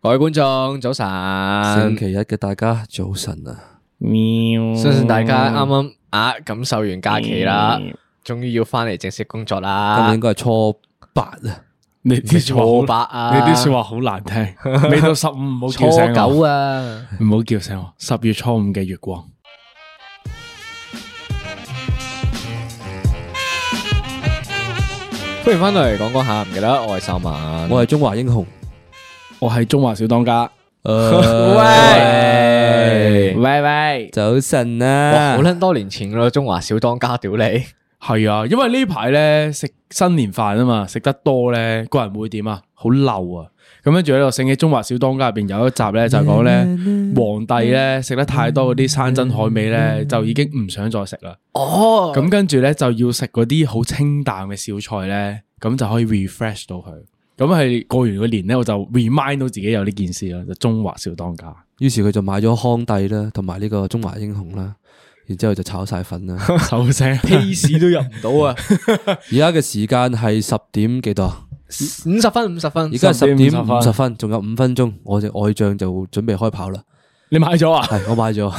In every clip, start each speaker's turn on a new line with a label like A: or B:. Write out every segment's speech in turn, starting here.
A: 各位觀眾，早晨！
B: 星期一嘅大家早晨啊，
A: 相信大家啱啱啊感受完假期啦，
B: 嗯
A: 終於要翻嚟正式工作
B: 今日
A: 啦
B: 應。該係初八啊，
C: 你啲
A: 初
C: 说
A: 八
C: 話好，
A: 啊
C: 你啲说話好難聽。未到十五唔好
A: 初
C: 叫醒
A: 九
C: 我，
A: 啊，
C: 唔好叫醒我。十月初五嘅月光，
A: 歡迎翻嚟講講下，唔記得我係秀文，
B: 我係中華英 雄。
C: 我係中華小當家。
A: 喂
C: 喂喂，
B: 早晨
A: 哇
B: 啊，
A: 好撚多年前咯，中華小當家屌你，
C: 係啊，因為呢排咧食新年飯啊嘛，食得多咧，個人會點啊？好嬲啊！咁跟住咧，我醒起《中華小當家》入邊有一集咧，就係講咧皇帝咧食得太多嗰啲山珍海味咧，就已經唔想再食啦。
A: 哦，
C: 咁跟住咧就要食嗰啲好清淡嘅小菜咧，咁就可以 refresh 到佢。咁係過完個年咧，我就 remind 到自己有呢件事啦，就中華小 當家。
B: 於是佢就買咗康帝啦，同埋呢個中華英雄啦，然之後就炒晒 粉啦。
C: 手聲
A: pace 都入唔到啊，
B: 而家嘅時間係十點幾多？
A: 五十分五十分
B: 而，家係十
C: 10
B: 點
C: 點
B: 五十分，仲有五分鐘，我隻愛將就準備開跑啦。
C: 你買咗啊？
B: 係，我買咗，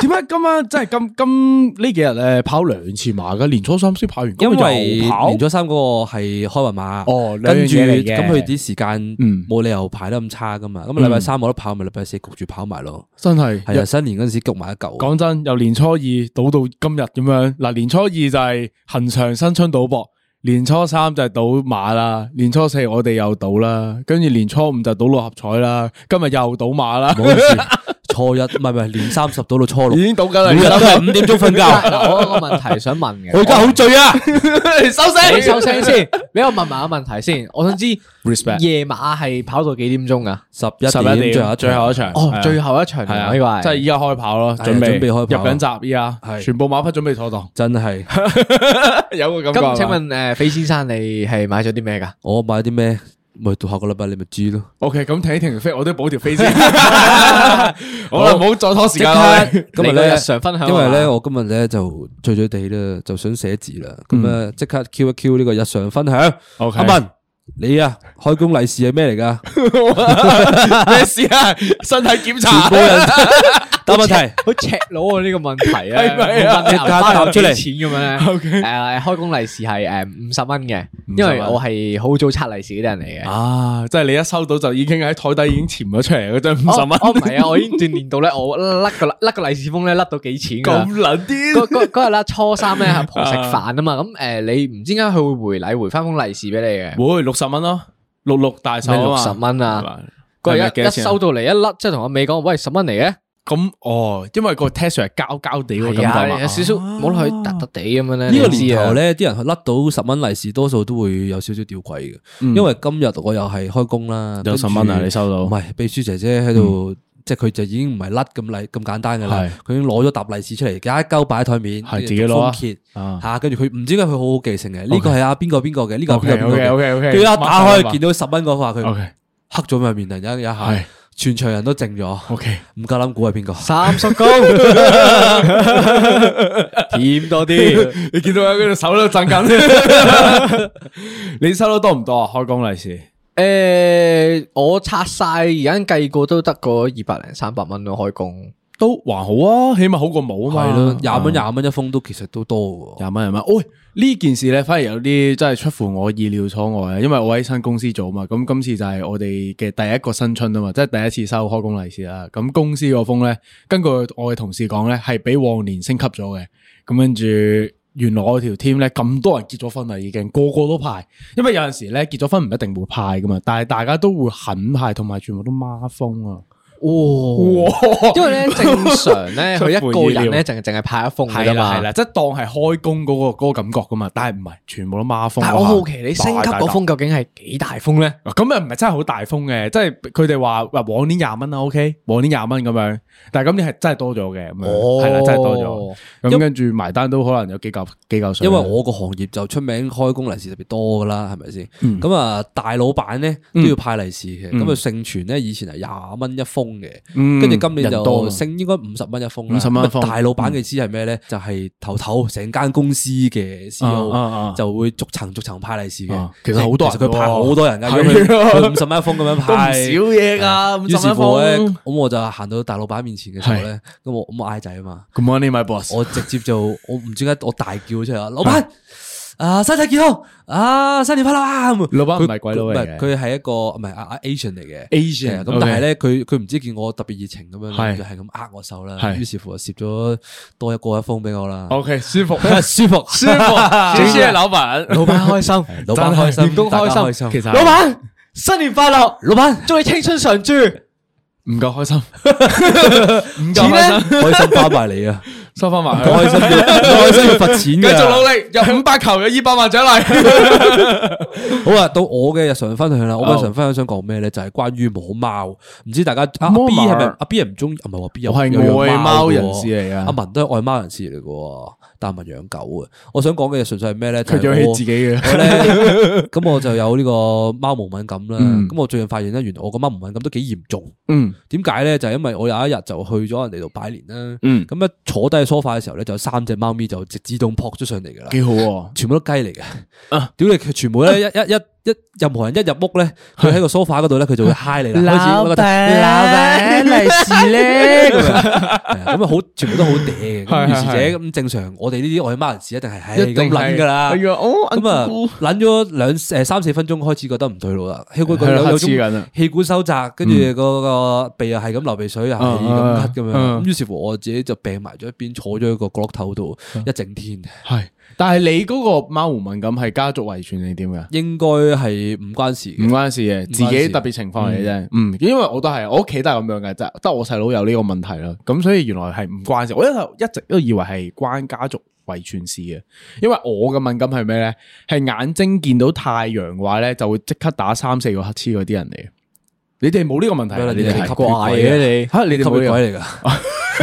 C: 點解今晚真係今今呢幾日咧跑兩次馬嘅？年初三先跑完，
B: 因
C: 今日就
B: 為
C: 跑
B: 年初三嗰個係開運馬，
C: 哦兩樣
B: 跟住
C: 嘢嚟嘅
B: 咁佢啲時間
C: 嗯
B: 冇理由排得咁差噶嘛。咁禮拜三冇得跑，咪禮拜四焗住跑埋咯。
C: 真係
B: 係啊，新年嗰陣時焗埋一嚿。
C: 講真，由年初二賭到今日咁樣，嗱年初二就係恒常新春賭博，年初三就係賭馬啦，年初四我哋又賭啦，跟住年初五就賭六合彩啦，今日又賭馬啦，
B: 冇事，初 一唔係唔係年三十到到初
C: 已
B: 六，
C: 經賭緊啦，
B: 每日都
C: 而家
B: 係五點鐘瞓覺。
A: 嗱，我有個問題想問嘅，
B: 我而家好醉 啊！
A: 收聲，你收聲先，俾我問埋個問題先，我想知
C: Respect
A: 夜晚係跑到幾點鐘啊？
B: 十一點最後一
C: 最後一
B: 場，
C: 場，
A: 哦，最
C: 後
A: 後一場
C: 係
A: 啊，
C: 啊，
A: 呢個係
C: 即係依家開跑咯，
B: 係啊
C: 準備
B: 準備開跑
C: 入緊閘依家，
B: 係
C: 全部馬匹準備妥當，
B: 真 係
C: 有個感覺
A: 咁
C: 係
A: 請
C: 嘛。
A: 問誒，匪先生你係買咗啲咩㗎？
B: 我買啲咩？咪到下個禮拜你咪知咯。
C: OK，咁停一停飛，我都補條 飛先。好啦，唔好再拖時
B: 即
C: 間
B: 刻
C: 啦。
B: 今日
A: 你個
B: 咧
A: 日常分享
B: 因為
A: 啊
B: 咧
A: 嘛
B: 我今日咧就醉醉地啦，就想寫字啦。咁啊即刻 Q 一 Q 呢個日常分享。
C: 嗯 OK
B: 阿文，你啊開工利是係咩嚟 噶？
C: 咩事啊？身體檢
B: 全
C: 查。
B: 部 人答問題。
A: 好赤裸啊！呢個問題咧，
C: 係咪啊
A: 問你銀包有幾
B: 一家答
A: 錢咁樣咧？誒，開工利是係誒五十蚊嘅，因為我係好早拆利是嗰啲人嚟嘅。
C: 啊！即係你一收到就已經喺台底已經潛咗出嚟嗰張五
A: 我
C: 十
A: 哦我唔
C: 蚊，
A: 係啊，我已經鍛鍊到咧，我甩個甩個利是封咧，甩到幾錢㗎啦
C: 咁撚啲
A: 嗰嗰嗰日啦，初三咧阿婆食飯啊嘛，咁誒你唔知點解佢會回禮回翻封利是俾你嘅，
C: 會六十蚊咯，六六大手
A: 咩
C: 啊嘛
A: 六十蚊
C: 係
A: 啊？
C: 嘛
A: 嗰
C: 係咪幾
A: 日一
C: 多
A: 一
C: 錢啊
A: 收到嚟一粒，即係同阿美講，喂十蚊嚟嘅。
C: 咁哦，因為個 test 係膠膠地嗰個
A: 係
C: 感
A: 啊，
C: 覺嘛
A: 有少少摸落去突突地咁樣咧。
B: 呢個
A: 你知
B: 年
A: 啊
B: 頭，咧，啲人甩到十蚊利是，多數都會有少少吊詭嘅。因為今日我又係開工啦，
C: 嗯有
B: 跟住
C: 10蚊啊你收嗯到
B: 唔係秘書姐姐喺度，即係佢就已經唔係甩咁禮咁簡單噶啦
C: 係，
B: 佢已經攞咗沓利是出嚟，一鳩擺喺台面，
C: 係自己攞啊
B: 封揭
C: 啊
B: 嚇，跟住佢唔知點解佢好好記性嘅，呢個係啊邊個邊個嘅，呢個係邊個邊個嘅
C: OK，OK，OK，OK，
B: 跟住一打
C: mark
B: 開
C: 咗
B: 見到十蚊嗰下，佢
C: OK
B: 黑咗塊面，突然間一下
C: 係，
B: 全場人都靜咗，
C: OK，
B: 唔夠膽估係邊個。
A: 三叔公，甜多啲。
C: 你見到佢隻手都 震緊， 你收得多唔多啊？開工利是
A: 誒，我拆晒而家計過都得個二百零三百蚊咯，開工。
C: 都還好啊，起碼好過冇啊嘛。
B: 係咯，廿蚊廿蚊一封都其實都多嘅喎。
C: 廿蚊廿蚊，喂！呢件事咧，反而有啲真係出乎我意料所外啊！因為我喺新公司做嘛，咁今次就係我哋嘅第一個新春啊嘛，即係第一次收開工利是啦。咁公司個封咧，根據我嘅同事講咧，係比往年升級咗嘅。咁跟住，原來我條 team 咧咁多人結咗婚啦，已經個個都派。因為有陣時咧結咗婚唔一定會派噶嘛，但係大家都會肯派，同埋全部都孖封啊！
A: 哇！因為咧正常咧，佢
C: 出乎
A: 一個
C: 意料
A: 人咧淨係淨係派一封
C: 係
A: 㗎
C: 啦
A: 嘛
C: 係。啦，即係當係開工嗰、個嗰個感覺噶嘛，但係唔係全部都孖封。
A: 但係我好奇你升級
C: 大大
A: 嗰封究竟係幾大封咧？
C: 咁又唔係真係好大封嘅，即係佢哋話話往年廿蚊啦，OK，往年廿蚊咁樣，但係今年係真係多咗嘅，咁樣係啦，真係多咗。咁跟住埋單都可能有幾嚿幾嚿水。
B: 因為我個行業就出名開工利是特別多噶啦，係咪先？
C: 嗯
B: 咁啊，大老闆咧都要派利是嘅，咁啊盛傳咧以前係廿蚊一封嘅，
C: 嗯
B: 跟住今年
C: 人多啊
B: 就升應該五十蚊一封啦。
C: 50蚊一封嗯
B: 咁啊大老闆嘅意思係咩咧？就係頭頭成間公司嘅
C: 啊啊啊
B: CEO 就會逐層逐層派利是嘅
C: 啊。其實好多人
B: 佢派
C: 喎
B: 好多人噶，
C: 係啊
B: 因為佢五十蚊一封咁樣派，
C: 都唔少嘢㗎
B: 係
C: 50
B: 於是
C: 蚊一
B: 乎
C: 封
B: 咧，咁我就行到大老闆面前嘅時候咧，咁我咁我嗌仔啊嘛。
C: Good morning, my boss。
B: 我直接就我唔知點解我大叫出嚟啊！老闆啊，身體健康啊，新年快樂啊！咁
C: 老闆唔係
B: 佢
C: 鬼佬嚟嘅
B: 唔係佢係一個唔係啊啊 Asian 嚟嘅
C: Asian，
B: 係啊
C: OK
B: 咁，但係咧佢佢唔知見我特別熱情咁
C: 係
B: 樣，就係咁握我手啦。
C: 係
B: 於是乎就攝咗多一個一封俾我啦。
C: OK，舒服，
B: 舒服，
C: 舒服，謝謝老闆。
B: 老闆開心， 老闆開心，
C: 員工開心
B: 大家開心。
C: 其實
A: 老闆新年快樂，
B: 老闆
A: 祝你青春常駐。
C: 唔夠開心，
B: 錢
C: 唔夠開心，
B: 咧，開心翻埋你 啊！
C: 收翻埋去。
B: 開心要開心要罰錢
C: 繼
B: 㗎
C: 續努力，入五百球有二百萬獎勵。
B: 好啊，到我嘅日常分享啦。我嘅
C: 哦
B: 日常分享想講咩咧？就係關於摸貓。唔知大家啊阿
C: 摸
B: B
C: 貓
B: 係咪阿 B 係唔中意？啊唔係話 B 有
C: 我係
B: 有養
C: 愛
B: 嘅
C: 貓
B: 喎
C: 人士嚟㗎
B: 阿文都係愛貓人士嚟嘅喎，但係文養狗啊。我想講嘅純粹係咩咧？就係
C: 佢養起
B: 我
C: 自己嘅
B: 我咧 咁我就有呢個貓毛敏感啦。
C: 嗯
B: 咁我最近發現咧，原來我個貓毛敏感都幾嚴重。
C: 嗯
B: 點解咧？就係因為我有一日就去咗人哋度拜年啦。
C: 嗯，
B: 咁一坐低喺梳化嘅時候咧，就有三隻貓咪就直自動撲咗上嚟㗎啦。
C: 幾好喎。
B: 全部都雞嚟嘅。
C: 啊
B: 屌你，佢全部咧一一一一任何人一入屋咧，佢喺個 sofa 嗰度咧，佢就會
C: 啊
B: 嗨你啦，開始嗰個
D: 闆 利是咧，
B: 咁啊咁啊好，全部都好嗲嘅。咁
C: 係
B: 於是
C: 係
B: 者咁正常，我哋呢啲外貓人士一定係唉
C: 一定
B: 咁
C: 係
B: 撚噶啦。
C: 係啊哦
B: 咁啊
C: 阿姑姑
B: 撚咗兩誒三四分鐘開始覺得唔對路啦，氣管
C: 係啦
B: 有有
C: 黑黐緊啦
B: 種氣管收窄，跟住個個鼻又係咁流鼻水，又
C: 啊
B: 係咁咳咁樣。
C: 嗯
B: 咁於是乎我自己就病埋咗一邊，坐咗喺個角落頭度
C: 啊
B: 一整天。
C: 系，但系你嗰個貓胡敏感係家族遺傳定點嘅？
B: 應該係唔關事
C: 唔
B: 嘅。
C: 關事嘅，自
B: 唔關
C: 己
B: 事
C: 特別情況嚟嘅啫。嗯，因為我都係，我屋企都係咁樣嘅，就得我細佬有呢個問題啦。咁所以原來係唔關事，我一頭一直都以為係關家族遺傳事嘅。因為我嘅敏感係咩咧？係眼睛見到太陽嘅話咧，就會即刻打三四個黑黐嗰啲人嚟嘅。你哋冇呢個問題啊，
B: 你
C: 哋
B: 哋
C: 係
B: 吸怪嘅你，啊
C: 吓你哋
B: 吸
C: 冇
B: 血
C: 呢
B: 鬼嚟噶。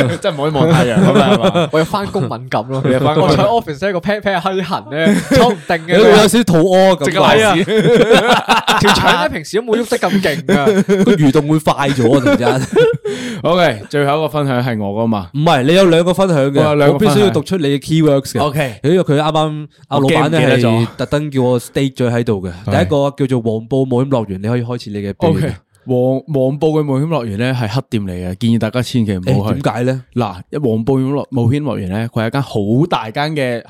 C: 個， 真係唔可以望太陽咁啊係嘛。
A: 我有翻工敏感咯，我
C: 有返工敏
A: 喺
C: 感
A: office 呢個 pat pat 黑痕咧， 坐唔定
B: 有有
A: 嘅。
B: 少肚屙咁
A: 係
B: 啊，
A: 條腸咧平時都冇喐得咁勁噶。
B: 個蠕動會快咗啊！突然間，
C: OK，最後一個分享係我噶嘛。
B: 唔係你有兩個分享
C: 我有兩
B: 嘅，
C: 個
B: 我必
C: 分享
B: 須要讀出你嘅 keywords 嘅。
C: OK
B: 因為佢啱啱阿
C: 我
B: 老
C: 驚
B: 闆
C: 唔記
B: 咧
C: 得咗
B: 係特登叫我 stay 咗喺度嘅。第一個叫做黃埔冒險樂園，你可以開始你嘅表
C: O
B: 演
C: K，黃黃埔嘅冒險樂園咧係黑店嚟嘅，建議大家千祈唔好
B: 誒
C: 去。
B: 點解咧？
C: 嗱，一黃埔冒冒險樂園咧，佢係一間好大間嘅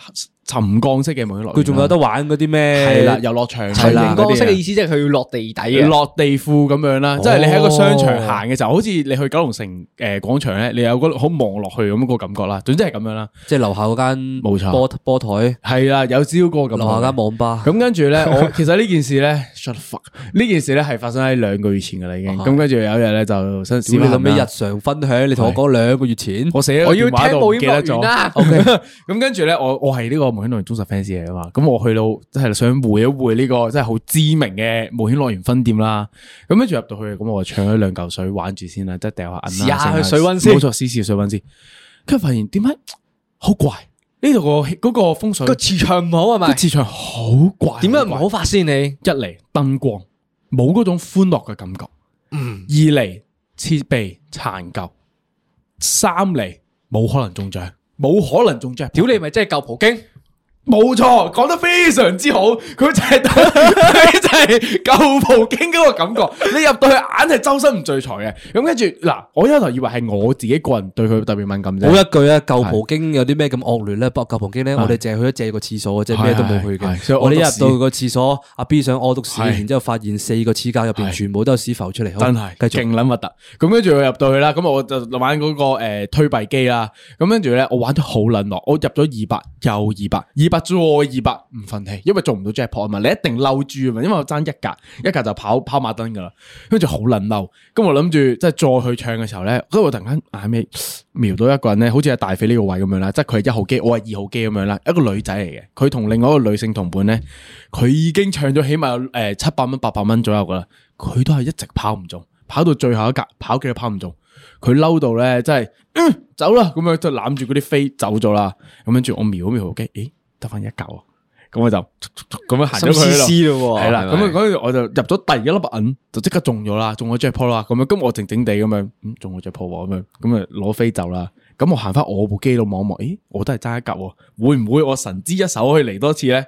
C: 沉降式嘅冒險樂園啦。
B: 佢仲有得玩嗰啲咩？
C: 係啊啦，遊樂場
B: 係啦
A: 熒光
C: 式
A: 色嘅意思即係佢要落地底嘅。
C: 啊落地庫咁樣啦，即係你喺一個商場行嘅時候，好似你去九龍城誒廣場咧，你有嗰好望落去咁個感覺啦。總之係咁樣啦，
B: 即係樓下嗰間
C: 冇錯
B: 波波台，
C: 係啦，有招過咁。
B: 樓下間網吧。
C: 咁跟住咧， 我其實呢件事咧，shut the fuck，呢件事咧係發生喺兩個月前噶啦已
B: 啊
C: 經。咁跟住有一日咧就新
B: 屌你諗
C: 咩
B: 起日常分享，你同我講兩個月前。
C: 我死喺個
A: 啊我要
C: 電話
A: 聽
C: 度
A: 冒
C: 唔
A: 險
C: 記
A: 樂
C: 得
A: 園啊
C: 咗。
A: 啦。
C: 咁跟住咧，我我係呢個冒險樂園忠實 fans 嚟噶嘛，咁我去到即係想回一回呢個真係好知名嘅冒險樂園分店啦。咁跟住入到去，咁我就搶咗兩嚿水玩住先啦，即係掉下銀啊
A: 試
C: 啦，
A: 下
C: 剩
A: 去水溫先
C: 冇錯，試試水溫先。跟住發現點解好怪？呢度個嗰個風水
A: 個磁場唔好係
C: 個
A: 咪？
C: 磁場好怪，
A: 點解唔
C: 怪
A: 好發先你？
C: 一嚟燈光冇嗰種歡樂嘅感覺，二嚟設備殘舊，三嚟冇可能中獎，冇可能中獎。
A: 屌你咪真係舊葡京，
C: 冇錯，講得非常之好，佢就 係佢就係舊葡京嗰個感覺。你入到去硬係周身唔聚財嘅。咁跟住嗱，我一頭以為係我自己個人對佢特別敏感啫。
B: 冇一句啊，舊葡京有啲咩咁惡劣咧？不過舊葡京咧，我哋淨係去咗借個廁所嘅啫，咩都冇去
C: 係係係
B: 嘅
C: 所。以
B: 我哋一
C: 屙督屎
B: 入到個廁所，阿 B 想屙督屎，
C: 係
B: 然之後發現四個廁格入邊
C: 係
B: 全部都有屎浮出嚟，好
C: 真係
B: 繼續
C: 勁撚核突。咁跟住我入到去啦，咁我就玩嗰、個誒、呃推幣機啦。咁跟住咧，我玩得好撚落，我入咗二百又二百，二百再二百，唔忿氣，因為做唔到 jackpot 啊嘛，你一定嬲豬啊嘛，因為我爭一格，一格就跑跑馬燈噶啦。跟住好撚嬲，咁我諗住即係再去唱嘅時候咧，跟住我突然間眼尾瞄到一個人咧，好似係大肥呢個位咁樣啦，即係佢係一號機，我係二號機咁樣啦，一個女仔嚟嘅，佢同另外一個女性同伴咧，佢已經唱咗起碼誒七百蚊八百蚊左右噶啦，佢都係一直跑唔中，跑到最後一格跑幾都跑唔中，佢嬲到咧真係、嗯、走啦，咁樣就攬住嗰啲飛走咗啦，咁跟住我瞄一瞄部機，咦得翻一嚿啊，咁我就咁樣行咗佢咯。
B: 哦
A: 咯
C: 系啦，咁啊嗰陣我就入咗第一粒銀，就即刻中咗啦，中咗 jackpot 啦，咁樣咁我靜靜地咁樣，嗯，中咗 jackpot 喎，咁樣咁啊攞飛走啦，咁我行翻我部機度望一望，咦，我都係爭一格喎，會唔會我神之一手可以嚟多次咧？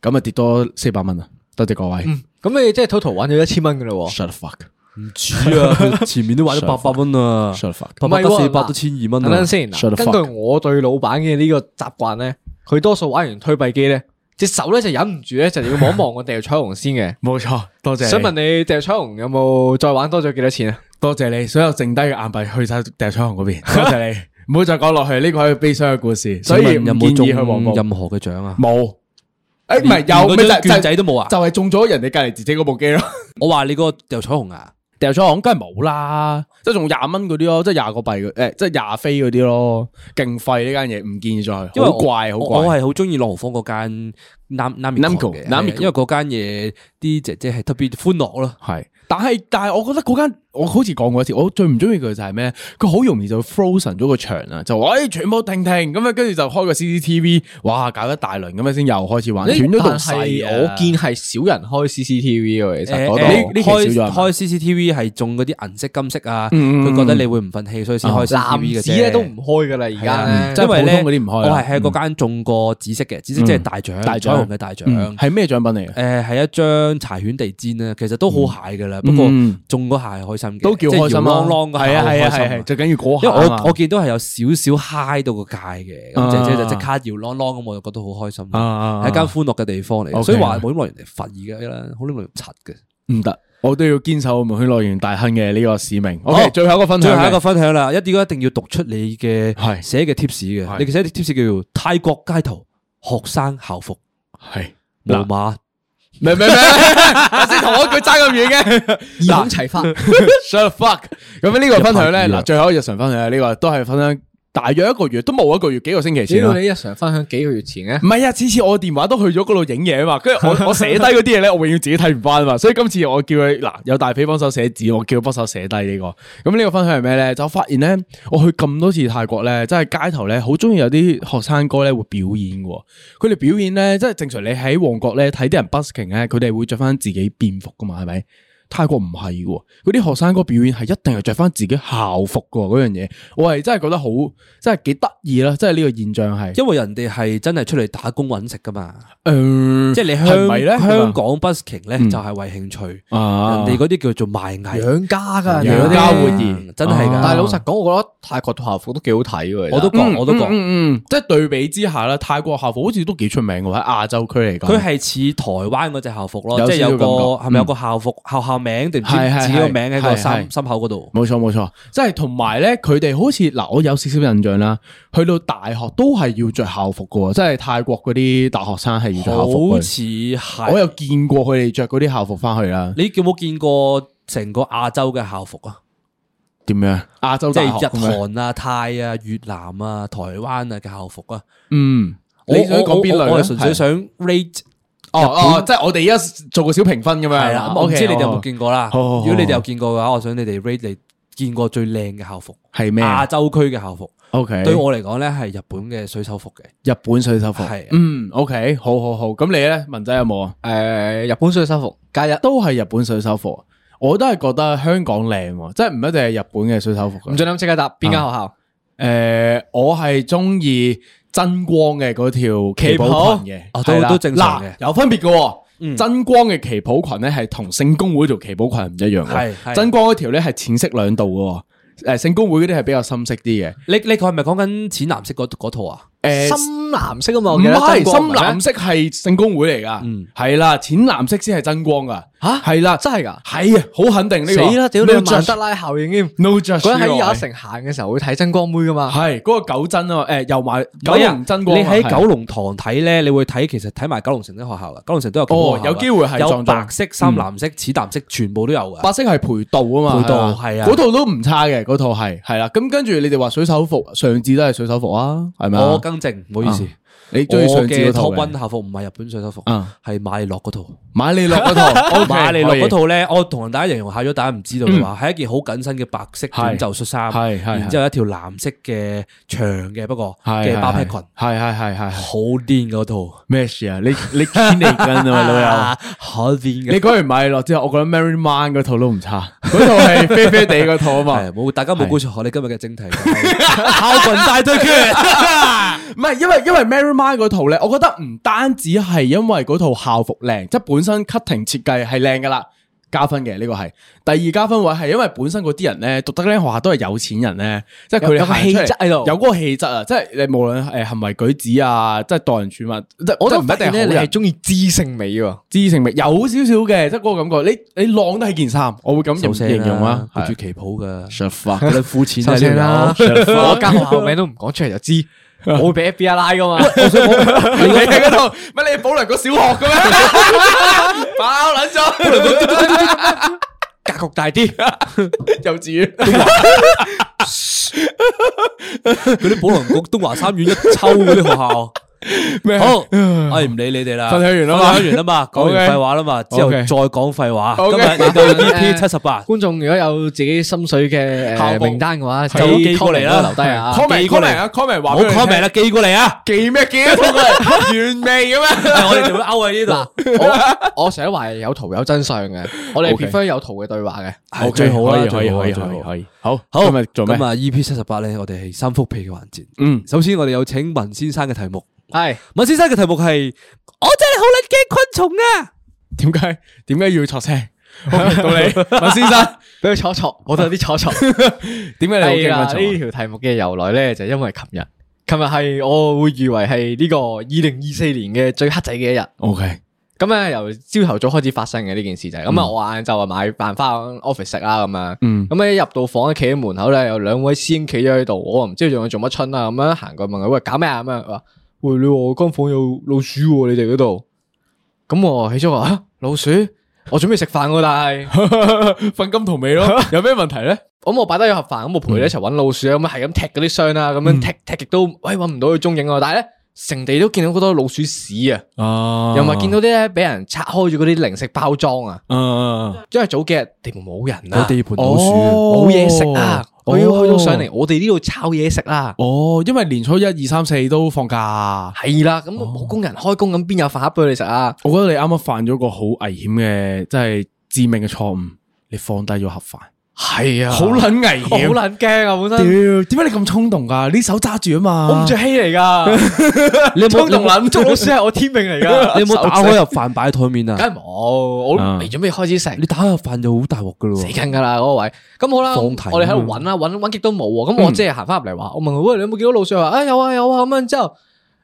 C: 咁啊跌多四百蚊啊，多謝各位。
B: 嗯
A: 咁你即係 total 玩咗一千蚊噶咯喎。
C: Shut the fuck，shut
B: 唔知啊，佢前面都 玩咗八百蚊啊，
C: the fuck。
B: 八百得四百都千二蚊
A: 等
B: 啊
A: 等。先，嗱
C: Shut the
A: 根
C: fuck
A: 據我對老闆嘅呢個習慣咧，佢多數玩完推幣機咧，隻手咧就忍唔住咧就要望一望我掉彩虹先嘅。
C: 冇錯， 多謝你。
A: 想問你掉彩虹有冇再玩多咗幾多錢啊？
C: 多謝你，所有剩低嘅硬幣去晒掉彩虹 嗰邊，多謝你。唔好再講落去，呢個係悲傷嘅故事，所以
B: 請問有
C: 唔建
B: 冇
C: 議
B: 中
C: 去黃埔。
B: 任何嘅獎啊？
C: 冇，誒唔係有
B: 連
C: 咪
B: 嗰張
C: 就
B: 券仔都冇啊！
C: 就係中咗人哋隔離自己嗰部機咯。
B: 我話你嗰個掉彩虹啊，
C: 掉咗行梗係冇啦，即係仲廿蚊嗰啲咯，即係廿個幣嘅，誒，即係廿飛嗰啲咯，勁廢呢間嘢，唔建議再去，
B: 因為
C: 好
B: 我
C: 怪，好
B: 我
C: 怪。
B: 我係好中意朗豪坊嗰間 Nam Nam
C: Namco，Namco
B: 因為嗰間嘢啲姐姐係特別歡樂咯。
C: 系，但係但係，我覺得嗰間我好似講過一次，我最唔中意佢就係咩？佢好容易就 frozen 咗個場啊，就話誒全部停停咁樣，跟住就開個 CCTV，哇搞一大輪咁樣先又開始玩，斷咗度
A: 但
C: 細
A: 係
C: 啊
A: 我見係少人開 CCTV 嘅，其實嗰
C: 誒
A: 度
C: 呢
B: 開
C: 期少咗係嘛
B: 開 CCTV 係中嗰啲銀色、金色啊，
C: 嗯嗯嗯啊
B: 佢覺得你會唔忿氣，所以先開 CCTV
A: 藍
B: 嘅
A: 子
B: 啫。
A: 咧都唔嗯開噶啦，而
B: 係
A: 家
B: 啊，
A: 咧
C: 真係
B: 因為咧
C: 普通嗰啲唔開啦嗯
B: 我係喺嗰間中過紫色嘅，紫色即係大獎，
C: 大獎
B: 彩虹嘅大獎
C: 嗯。係咩獎品嚟嘅？
B: 誒係一張柴犬地氈啦，其實都好蟹噶啦，不過
C: 嗯
B: 中嗰下係開心嘅，
C: 都叫開心
B: 即係搖啷
C: 啊，
B: 啷嗰
C: 係
B: 下
C: 啊
B: 好
C: 係啊
B: 開
C: 係啊
B: 心
C: 係
B: 啊
C: 啊，最緊要嗰
B: 因
C: 下
B: 為我
C: 啊
B: 我見到係有少少嗨到個界嘅，咁
C: 啊
B: 姐姐就即刻搖啷啷咁，我就覺得好開心
C: 啊啊
B: 啦，
C: 啊
B: 係一間歡樂嘅地方嚟，
C: OK
B: 所以話冇耐人哋罰而家啦，哎好耐人柒嘅。
C: 唔得，我都要堅守門圈樂園大亨嘅呢個使命。
B: 好
C: OK，最後一個分享
B: 最
C: 嘅，
B: 後一個分享啦，一定一定要讀出你嘅
C: 係
B: 寫嘅 tips 嘅，
C: 係
B: 你嘅寫嘅 tips 叫做泰國街頭學生校服
C: 係
B: 無
C: 嗱
B: 碼
C: 明 唔明？先同我一句爭咁遠嘅，
A: 二孔齊 發。
C: shut the fuck！咁呢個分享咧，
B: 一拍二啊
C: 嗱，最後一個日常分享呢、個都係分享大約一個月，都冇一個月，幾個星期
A: 只
C: 前
A: 要
C: 啦。
A: 你日常分享幾個月前 咧
C: 唔，係啊，次次我電話都去咗嗰度影嘢啊嘛，跟住 我我寫低嗰啲嘢咧，我永遠自己睇唔翻啊嘛，所以今次我叫佢嗱有大肥幫手寫字，我叫佢幫手寫低呢個。咁呢個分享係咩咧？就我發現咧，我去咁多次泰國咧，真係街頭咧好中意有啲學生哥咧會表演嘅喎。佢哋表演咧，即係正常你喺旺角咧睇啲人 busking 咧，佢哋會着翻自己便服噶嘛，係咪？泰國唔係喎，嗰啲學生哥表演係一定係着翻自己校服嘅喎嗰樣嘢，我係真係覺得好，真係幾得意啦！即係呢個現象係，
B: 因為人哋係真係出嚟打工揾食噶 嘛，
C: 誒
B: 即係你
C: 呃係咪咧
B: 香香港 busking 咧
C: 嗯
B: 就係為興趣，人
C: 啊
B: 哋嗰啲叫做賣藝，嗯
A: 養家噶，
C: 養家活兒
B: 真係㗎。
C: 啊
A: 但係老實講，我覺得泰國校服都幾好睇喎。
B: 我都
C: 嗯
B: 講，我都
C: 嗯
B: 講，
C: 嗯嗯，即係對比之下啦，泰國校服好似都幾出名嘅喎喺亞洲區嚟講。
B: 佢係似台灣嗰只校服咯，
C: 有
B: 即係有個
C: 少少感覺
B: 係咪有個校服校校名定唔知
C: 係係
B: 自己個名喺個
C: 係
B: 心
C: 係
B: 心口嗰度？
C: 冇錯冇錯，即係同埋咧，佢哋好似嗱，我有少少印象啦，去到大學都係要着校服嘅喎，即係泰國嗰啲大學生係要着校服
B: 好
C: 嘅。
B: 似
C: 我
B: 係。
C: 有見過佢哋着嗰啲校服翻去啦。
B: 你有冇見過成個亞洲嘅校服啊？
C: 點樣？亞洲
B: 即
C: 大
B: 係
C: 學
B: 日
C: 咁樣
B: 韓啊、泰啊、越南啊、台灣啊嘅校服啊？
C: 嗯，你
B: 我
C: 想講邊類
B: 我
C: 咧
B: 我我係純粹
C: 係
B: 想 rate
C: 哦哦，即係我哋而家做個小評分咁樣。哦
B: 係啦，咁我唔
C: OK，
B: 知你哋有
C: 好
B: 冇見過啦。
C: 好好好
B: 如果你哋有見過嘅話，我想你哋 rate 你見過最靚嘅校服，
C: 係咩
B: 亞洲區嘅校服。
C: ？OK，
B: 對我嚟講咧，係日本嘅水手服嘅。
C: 日本水手服
B: 係
C: 嗯，OK，好好好。咁你咧，文仔有冇啊？
A: 誒日本水手服，假日
C: 都係日本水手服，我都係覺得香港靚喎，即係唔一定係日本嘅水手服㗎。啊
B: 啊
A: 唔准諗，即刻答邊間學校？
C: 誒、我係中意。真光嘅嗰條旗袍裙嘅，
B: 啊都
C: 係啦
B: 都正常嘅
C: 嗱有分別嘅喎。真光嘅旗袍裙咧，係同聖公會條旗袍裙唔一樣嘅。
B: 係係
C: 真光嗰條咧係淺色兩度嘅喎，誒聖公會嗰啲係比較深色啲嘅。
B: 你你佢係咪講緊淺藍色嗰嗰套啊？
C: 誒
A: 深蓝色啊嘛，我
C: 唔
A: 記得
C: 係
A: 真光
C: 深藍色係聖公會嚟噶，係啦，淺藍色先係真光噶，
A: 嚇
C: 係啦，
A: 真係㗎
C: 係啊，好肯定呢個。
A: 死啦！屌你
C: No
A: 有曼
C: judge-
A: 德拉效應添，
C: No judge
A: 嗰日喺
C: 呢個
A: 又
C: 係
A: 一城行嘅時候會睇真光妹噶嘛，
C: 係嗰個九真啊嘛，誒又埋九
B: 唔係啊
C: 龍真光啊。
B: 你喺
C: 係
B: 九龍塘睇咧，你會睇其實睇埋九龍城啲學校噶，九龍城都有旗袍
C: 哦
B: 學校㗎
C: 有機會係
B: 有
C: 撞
B: 白
C: 撞
B: 色、深
C: 嗯
B: 藍色、淺藍色，全部都有啊噶。
C: 白色係陪道啊嘛，
B: 陪道
C: 係
B: 係
C: 嘛
B: 啊
C: 嗰套都唔差嘅，嗰套係係啦。咁跟住你哋話水手服，上至都係水手服啊，係咪啊
B: 我更正，唔好意思
C: 啊，你中意
B: 我
C: 上至
B: 嘅
C: 嗰套
B: Top One
C: 嘅？
B: 校服唔係日本水手服，
C: 啊
B: 係馬利諾嗰套。
C: 馬利諾嗰套，
B: 馬利
C: 諾
B: 諾嗰套咧，我同大家形容下，如果大家唔知道嘅話，係一件好緊身嘅白色短袖恤衫，
C: 嗯係係係
B: 然之後一條藍色嘅長嘅，不過嘅包
C: 包
B: 皮裙，好
C: 係係係係係
B: 癲嗰套，
C: 咩事啊？你你堅嚟緊啊嘛，老友。
B: 好癲嘅。
C: 你講完馬利諾之後，我覺得 Mary Man 嗰套都唔差，嗰套係啡啡地嗰套啊嘛。
B: 係冇，大家冇估錯我哋今日嘅正題，校棍大 對決。
C: 唔係，因為因為 Mary m i 嗰套咧，我覺得唔單止係因為嗰套校服靚，即係本身 cutting 設計係靚噶啦，加分嘅呢個係。第二加分位係因為本身嗰啲人咧，讀得呢學校都係有錢人咧，即係佢哋
A: 有有個
C: 行出嚟
A: 氣質喺度
C: 有嗰個氣質啊！即係你無論誒行為舉止啊，即係待人處物，即係
A: 我
C: 即係
A: 都
C: 唔
A: 唔
C: 一
A: 一定
C: 定係
A: 咧，
C: 好
A: 你係
C: 人。
A: 中意知性美喎。
C: 知性味有少少嘅，即係嗰個感覺。你你浪得起件衫，我會咁形形容啊。
B: 佢住旗袍噶，
C: Shut fuck
B: 你膚淺
A: 首先啦，
B: 呢條友
A: 我間學校名都唔講出嚟就 知，我會俾 FBI 拉噶嘛。
C: 你喺嗰度乜？你保良局小學嘅 咩？爆捻咗，
A: 格局大啲，
C: 幼稚園。
B: 嗰啲保良局東華三院一抽嗰啲學校。好，哎唔理你哋啦，
C: 分享完啦啊嘛
B: 分享完啦啊嘛，講完
C: OK
B: 廢話啦嘛，之後
C: OK
B: 再講廢話。今
C: OK
B: 日嚟 到 EP 七十八，
A: 觀眾如果有自己心水嘅
C: 校
A: 誒
C: 服
A: 名單嘅話，
B: 係
A: 就
B: 寄過嚟啦
A: 留低啊。
C: comment
B: 寄過嚟
C: comment 啊，comment
B: 唔
C: 话
B: 好
C: 俾佢
B: comment 啦，寄過嚟 啊！
C: 聽，寄咩寄啊，同佢原味咁 啊！
B: 係我哋就會勾喺呢度，
A: 我我成日懷疑有圖有真相嘅，我哋
C: OK
A: prefer 有圖嘅對話嘅。
B: 係最好啦，
C: 可以
B: 最好
C: 可
B: 啦
C: 以
B: 最
C: 可
B: 好
C: 以
B: 啊
C: 可以，啊好，
B: 好，
C: 今日做咩
B: 咁？啊，EP 七十八咧，我哋係三幅被嘅環節。
C: 嗯，
B: 首先我哋有請文先生嘅題目，
A: 係
B: 文先生嘅題目係我真係好撚驚昆蟲啊！
C: 點解點解要 錯聲？好到你， 文先生，
A: 俾佢坐一坐，我都有啲坐一坐。
C: 點解你
A: 係
C: 好
A: 啦，呢
C: 驚昆蟲啊？
A: 條題目嘅由來咧，就因為琴日，琴日係我會譽為係呢個二零二四年嘅最黑仔嘅一日。
C: O K，
A: 咁咧由朝頭早開始發生嘅呢件事就係咁啊！我晏晝啊買飯翻 office 食啦咁啊，
C: 嗯
A: 咁咧一入到房企喺門口咧有兩位師兄企咗喺度，我唔知佢仲要做乜春啊咁樣行過去問佢喂搞咩啊咁樣，佢話喂你話我間房有老鼠喎你哋嗰 度，咁我起咗話啊老鼠，我準備食飯喎 但係。
C: 瞓金同尾 咯，有咩問題咧？
A: 咁我擺低咗盒飯，咁我陪你一齊揾老鼠啊，咁係咁踢嗰啲箱啊啦，咁樣踢踢極都，喂揾唔到佢蹤影啊！但係咧，成地都見到好多老鼠屎啊，
C: 啊
A: 又咪見到啲咧俾人拆開咗嗰啲零食包裝啊，
C: 啊，
A: 因為早幾日地盤冇人啊，
B: 地盤
C: 老鼠
A: 冇嘢食啊，
C: 哦
A: 我要去到上嚟我哋呢度抄嘢食啊啦，
C: 哦，因為年初一二三四都放假。
A: 係啦，咁冇工人開工，咁邊有飯盒俾你食啊？
C: 我覺得你啱啱犯咗個好危險嘅，即係致命嘅錯誤，你放低咗盒飯，
A: 係啊，
C: 好撚危
A: 我好
C: 險。
A: 撚驚啊！本
C: 屌，
A: 身
C: 點解你咁衝動噶？你手揸住啊嘛，
A: 我唔着氣嚟 㗎，
B: 你有
A: 衝
B: 冇
A: 動撚捉老鼠係我天命嚟㗎，
B: 你有冇打開入飯擺台面
A: 啊梗
B: 啊？
A: 係冇，我都未準備開始食。
B: 你打開入飯就好大鑊噶咯
A: 死。緊㗎啦嗰個位，咁好啦，
B: 放題
A: 我哋喺度揾啦，揾揾極都冇喎。咁我即係行翻入嚟話，我問佢喂，你有冇見到老鼠？佢話啊有啊有啊咁樣之後，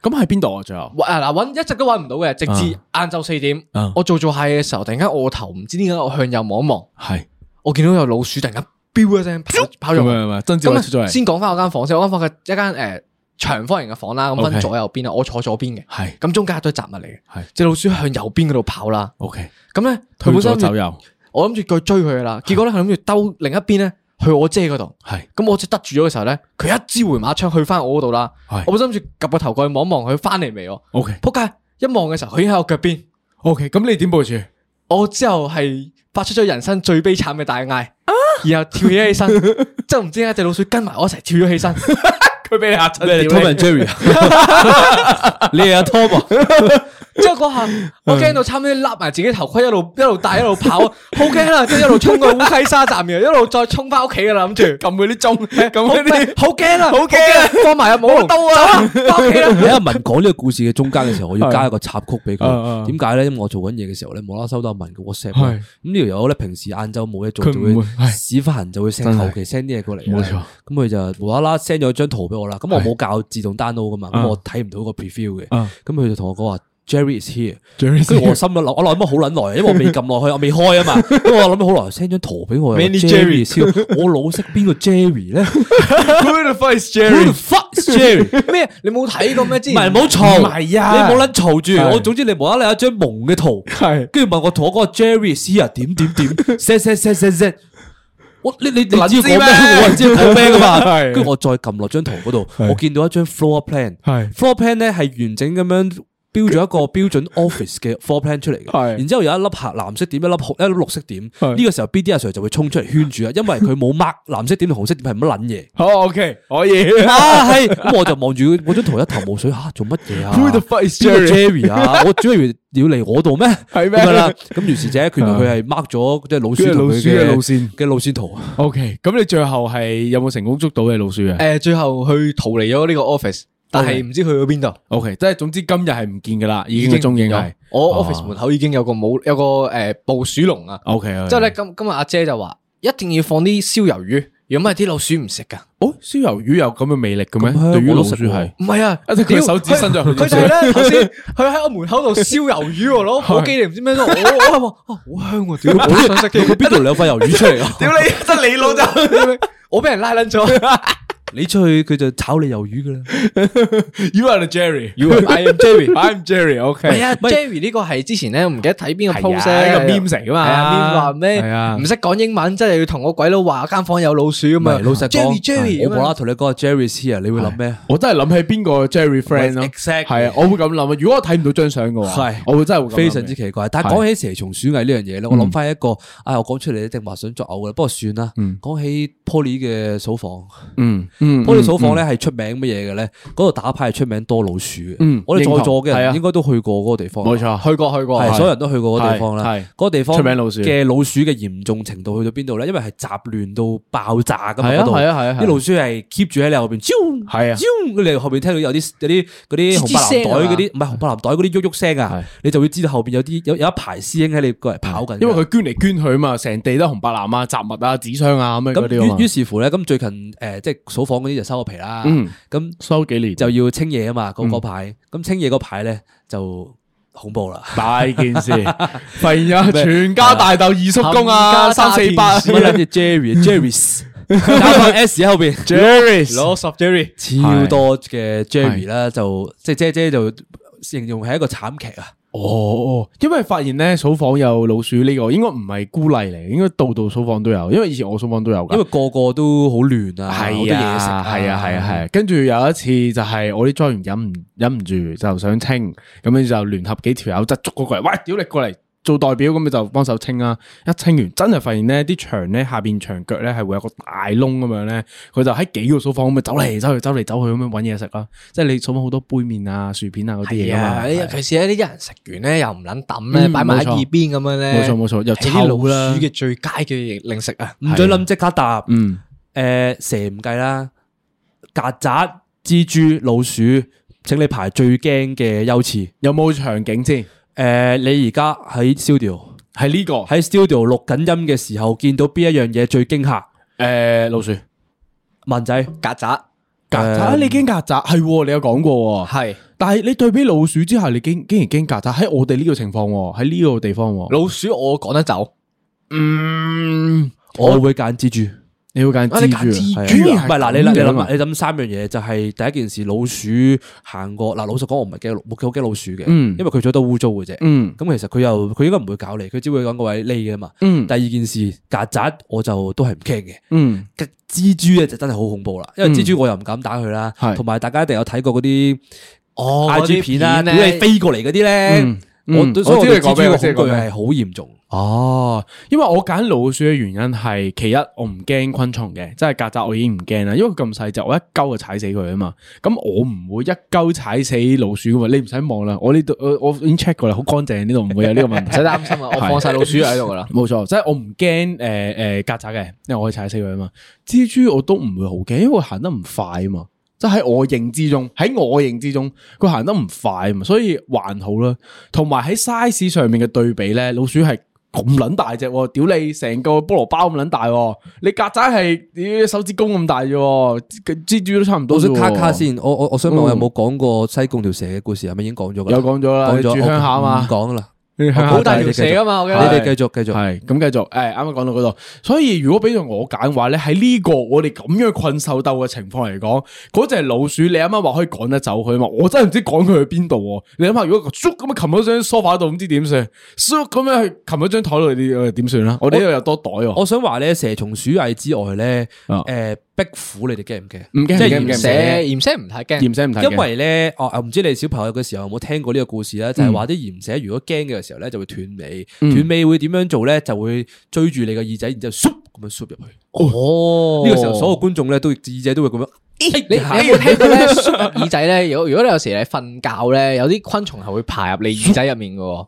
C: 咁喺邊度啊？最後，
A: 喂啊嗱揾一直都揾唔到嘅，直至晏晝四點
C: 啊，
A: 我做做下嘢嘅時候，突然間我個頭唔知點解我向右望一望，
C: 係
A: 我見到有老鼠突然間飆一聲跑跑
C: 咁
A: 入
C: 樣
A: 嚟。
C: 係咪？曾志偉出
A: 咁
C: 咗
A: 啊
C: 嚟，
A: 先講翻我間房先，我間房嘅一間誒長方形嘅房啦，咁
C: OK
A: 分左右邊啊，我坐左邊嘅，
C: 係
A: 咁中間都係雜物嚟嘅
C: 係，
A: 只老鼠向右邊嗰度跑啦，
C: OK，
A: 咁咧佢
C: 推
A: 本
C: 咗
A: 身
C: 走右，
A: 我諗住再追佢噶啦，結果咧佢諗住兜另一邊咧去我姐嗰度，
C: 係
A: 咁我姐得住咗嘅時候咧，佢一支回馬槍去翻我嗰度啦
C: 係。
A: 我本身諗住及個頭過去望一望佢翻嚟未喎，
C: OK
A: 仆街！一望嘅時候佢已經喺我腳邊，
C: OK，咁你點部署？
A: 我之後係發出咗人生最悲慘
C: 啊
A: 嘅大嗌，然後跳起起身，真唔知點解隻老鼠跟埋我一齊跳咗起身，
C: 佢俾你吓亲
B: 咩？Tom and Jerry，啊你係阿 Tom 啊？
A: 之後嗰下，
C: 嗯
A: 我驚到差唔多笠埋自己頭盔，一路一路戴一路跑， 好驚啦！跟住一路衝過烏溪沙站，然後一路再衝翻屋企噶啦，諗住撳佢啲鐘， 撳佢
B: 啊
A: 啲，好驚
C: 啊
A: 啦，好驚啦，放埋阿舞龍，到啊，翻屋企啦！
B: 你阿文講呢個故事嘅中間嘅時候，我要加一個插曲俾
C: 嗯
B: 佢。
C: 嗯
B: 點解咧？因為我做緊嘢嘅時候咧，冇啦啦收到阿文嘅 WhatsApp。啊
C: 係
B: 咁呢條友咧，平時晏晝冇嘢做，
C: 佢
B: 就
C: 唔會
B: 會
C: 係
B: 屎忽痕就會 send
C: 真係
B: 求其 send 啲嘢過嚟。啊
C: 冇錯。
B: 咁佢就無啦啦 send 咗張圖俾我啦。咁我
C: 係
B: 冇教自動 download 噶嘛，咁
C: 嗯
B: 我睇唔到個 preview 嘅。
C: 嗯
B: 咁佢就同我講話。Jerry is here，
C: Jerry is
B: 跟住我心諗諗，我諗咗好撚耐，因為我未撳落去，我未開啊嘛，咁我諗咗好耐，send 張圖俾我
C: Many
B: Jerry is here，我老識邊個 Jerry 咧
C: Who the fuck is
B: ？Who the fuck is Jerry？
A: 咩？你冇睇過咩？之
B: 唔係
A: 前
B: 唔好嘈，
C: 唔係啊
B: 你冇撚嘈住。
C: 係
B: 我總之你無啦啦有一張蒙嘅圖，
C: 係
B: 跟住問我同我嗰個 Jerry C 啊點點點，set set set set set。我你你你知我講咩？我係知我講咩噶嘛？
C: 係
B: 跟住我再撳落張圖嗰度，
C: 係
B: 我見到一張 floor plan。
C: 係
B: floor plan 咧係完整咁樣標咗一個標準 office 嘅 floor plan 出嚟嘅
C: 係。
B: 然之後有一粒黑藍色點，一粒紅一粒綠色點。
C: 係
B: 呢個時候 BD 阿 Sir 就會衝出嚟圈住啦，啊因為佢冇 mark 藍色點同紅色點係乜撚 嘢。
C: 好 OK 可以。
B: 啊，系咁我就望住嗰張圖一頭霧水，吓做乜嘢啊
C: Who the fuck is
B: 邊個
C: Jerry？
B: Jerry 啊？我 Jerry 要嚟我度咩？
C: 係咩啊
B: 咁樣啦，咁於是者，原來佢係 mark 咗即係老鼠同佢
C: 跟住老鼠嘅路線
B: 嘅路線圖。啊
C: OK，咁你最後係有冇成功捉到嘅老鼠啊
A: 誒，最後去逃離咗呢個 office，但係唔知去咗邊度。
C: ？OK，即係總之今日係唔見噶啦，已經個蹤影係。哦
A: 我 office 門口已經有個冇有個誒捕鼠籠啊。
C: OK，
A: 之後咧，今今日阿姐就話一定要放啲燒魷魚，如果唔係啲老鼠唔食㗎。
C: 哦，燒魷魚有咁嘅魅力嘅咩
B: 咁香？
C: 對於
B: 我都
C: 老
B: 食
C: 鼠係
A: 唔係 啊，
C: 一隻佢
A: 屌
C: 手指伸咗入去
A: 佢佢就係 咧頭先，佢喺我門口度燒魷魚喎，攞火機定唔知咩都，我我話啊好香 喎，屌好想食添，
B: 佢邊度兩塊魷魚出嚟啊？
A: 屌你真係你老豆， 我俾人拉撚咗。
B: 你出去佢就炒你魷魚噶啦。
C: You are the Jerry。
A: You are- I am Jerry。
C: I'm Jerry。OK。
A: 係啊，Jerry 呢個係之前咧，唔記得睇邊個 post
C: 係啊
A: 咧，
C: 呢個 meme 嚟㗎嘛
A: 係啊 meme 話
C: 係啊
A: 咩？唔識講英文，真係要同我鬼佬話間房有老鼠咁啊
B: 唔
A: 嘛。
B: 係老實講
A: Jerry Jerry，
B: 我無啦啦同你講啊 Jerry is here，你會諗咩？
C: 我真係諗起邊個 Jerry friend 咯
B: Exactly
C: 係啊，我會咁諗啊。如果我睇唔到張相嘅話，
B: 係
C: 我會真係會
B: 非常之奇怪，但係
C: 係嗯
B: 講起蛇蟲鼠蟻呢樣嘢咧，我諗翻一個，唉，我講出嚟一定話想作嘔嘅，不過算啦。講起 Poly 嘅數房，
C: 嗯嗯
B: Poly 數房咧係出名乜嘢嘅咧？嗰度打牌係出名多老鼠嘅。
C: 嗯
B: 我哋
C: 認同
B: 在座嘅
C: 係啊
B: 人應該都去過嗰個地方。
C: 冇錯，去過去
B: 係所有人都去過嗰個地方啦
C: 哦係係。
B: 嗰個地方
C: 出名老鼠
B: 嘅老鼠嘅嚴重程度去到邊度咧？因為係雜亂到爆炸噶嘛，
C: 係啊
B: 嗰度
C: 係啊係啊係啊
B: 啲老鼠係 keep 住喺你後邊，啾
C: 係啊
B: 啾你後邊聽到有啲有啲嗰啲紅白藍袋嗰啲，唔係紅白藍袋嗰啲喐喐聲啊
C: 係，
B: 你就會知道後邊有啲有有一排師兄喺你過嚟跑緊㗎。
C: 因為佢捐嚟捐去啊嘛，成地都紅白藍啊、雜物啊、紙箱啊咁樣嗰啲啊
B: 咁
C: 嘛
B: 於於是乎咧，咁最近誒即係數房嗰啲就收咗皮啦。
C: 嗯
B: 咁
C: 收幾年
B: 就要清嘢啊嘛，嗰嗰排。咁清嘢嗰排咧就恐怖啦。
C: 大件 事，突然有全家大鬥二叔公啊，三四八
B: 乜撚嘢 Jerry，Jerry，打翻 S 喺後邊
C: Jerry，
B: 攞十 Jerry，超多嘅 Jerry 啦，就即係姐姐就形容係一個慘劇啊！
C: 哦哦，因為發現咧數房有老鼠呢個，應該唔係孤例嚟，應該度度數房都有，因為以前我數房都有
B: 因
C: 㗎
B: 為。個個都好亂啊，好多嘢
C: 係
B: 食嗯
C: 啊，係啊，係啊，係啊。跟住有一次就係我啲莊園忍唔忍唔住就想清，咁樣就聯合幾條友就捉嗰個嚟，喂，屌你過嚟做代表，咁你就幫手清啦。一清完真係發現咧，啲牆咧下邊牆腳咧係會有個大窿咁樣咧，佢就喺幾個數房咁樣走嚟走去走嚟走去咁樣揾嘢食啦。即係你數房好多杯麵啊、薯片啊嗰啲嘢
A: 係
C: 㗎嘛
A: 啊，尤
C: 係
A: 其是咧啲一人食完咧又唔撚抌咧，
C: 嗯
A: 擺埋喺
C: 冇錯
A: 耳邊咁樣咧，
C: 冇錯冇錯又
A: 係
C: 臭
A: 哎啲老
C: 啦
A: 鼠嘅最佳嘅零食啊！
B: 唔准諗即刻答。
C: 嗯，
B: 誒蛇唔計啦，曱甴、蜘蛛、老鼠，請你排最驚嘅優次。
C: 有冇場景先？
B: 誒，你而家喺 studio
C: 係呢個
B: 喺 studio 錄緊音嘅時候，見到邊一樣嘢最驚嚇？
C: 誒老鼠曱
B: 文仔，
A: 曱甴
C: 甴，啊你驚曱甴係喎，你有講過喎。
A: 係
C: 但系你對比老鼠之下，你竟竟然驚曱甴喺我哋呢個情況喎，喺呢個地方喎，
A: 老鼠，我講得走。
C: 嗯，
B: 我會揀蜘蛛。
C: 你要揀
A: 啊你揀
C: 蜘蛛
A: 蜘
C: 啊，
B: 唔
A: 蛛
C: 係
B: 係嗱，你諗
C: 咁
B: 你
C: 樣啊
B: 諗下你諗三樣嘢，就係第一件事，老鼠行過嗱，老實講，我唔係驚老，冇好驚老鼠嘅，
C: 嗯
B: 因為佢最多污糟嘅啫。
C: 嗯
B: 咁其實佢又佢應該唔會搞你，佢只會講個位匿嘅嘛。
C: 嗯
B: 第二件事，曱甴我就都係唔驚嘅。
C: 嗯，
B: 曱蜘蛛咧就真係好恐怖啦，因為蜘蛛我又唔敢打佢啦，
C: 係
B: 同埋大家一定有睇過嗰啲
A: 哦
B: I G 片啦，如果你飛過嚟嗰啲咧
C: 嗯，嗯
B: 我所以我
C: 我知
B: 對
C: 你講
B: 蜘蛛
C: 咩我
B: 嘅
C: 知你
B: 恐
C: 講
B: 懼
C: 咩
B: 係好嚴重。
C: 哦，因為我揀老鼠嘅原因係其一，我唔驚昆蟲嘅，即係曱甴我已經唔驚啦，因為佢咁細隻，我一鳩就踩死佢啊嘛。咁我唔會一鳩踩死老鼠噶嘛，你唔使望啦，我呢度我我已經 check 過啦，好乾淨呢度，唔會有呢個問 題。
A: 唔使擔心啊，我放晒老鼠喺度噶啦。
C: 冇錯，即係我唔驚诶诶曱甴嘅，因為我可以踩死佢啊嘛。蜘蛛我都唔會好驚，因為佢行得唔快啊嘛。即係喺我認知中，喺我認知中，佢行得唔快啊嘛，所以還好啦。同埋喺 size 上面嘅對比咧，老鼠係咁撚大隻喎，屌你成個菠蘿包咁撚大喎，你曱甴係屌手指公咁大啫喎，蜘蛛都差唔
B: 我
C: 多啫
B: 想
C: 喎。
B: 卡卡先，我我我想問我有冇講過西貢條蛇嘅故事？係咪已經講咗㗎啦？
C: 有講咗啦
B: 講咗
C: 住鄉下啊嘛
B: 唔講啦。
C: 你向下
B: 好大
C: 睇
B: 條蛇啊㗎
A: 嘛我記
B: 你
A: 得
B: 哋繼續繼續。
C: 系咁繼續，诶，啱啱講到嗰度，所以如果俾到我揀嘅話咧，喺呢個我哋咁樣困獸鬥嘅情況嚟講，嗰只老鼠你啱啱話可以趕得走佢嘛？我真係唔知趕佢去邊度喎。你諗下，如果佢捉咁樣擒咗張 sofa 度，唔知點算？縮咁樣去擒咗張台度，你誒點算啊啦？我哋呢度有多袋喎，
B: 我想話咧，蛇蟲鼠蟻之外咧
C: 啊，
B: 誒壁虎你哋驚唔驚？
C: 唔驚
B: 即係
C: 唔驚
B: 鹽
C: 唔驚
A: 鹽
C: 唔
A: 蛇
C: 驚
B: 蛇。
A: 鹽蛇唔太驚，
C: 唔使唔睇嘅，
B: 因為咧，哦，唔知你哋小朋友嘅時候有冇聽過呢個故事咧？就係話啲鹽蛇如果驚嘅時候咧，就會斷尾，斷尾會點樣做咧？就會追住你個耳仔，然之後唰咁樣唰入去。
A: 哦
B: 呢個時候所有觀眾咧都耳仔都會咁樣。
A: 你你有冇聽過咧？縮入耳仔咧，如果如果你有時你瞓覺咧，有啲昆蟲係會爬入你耳仔入面嘅喎。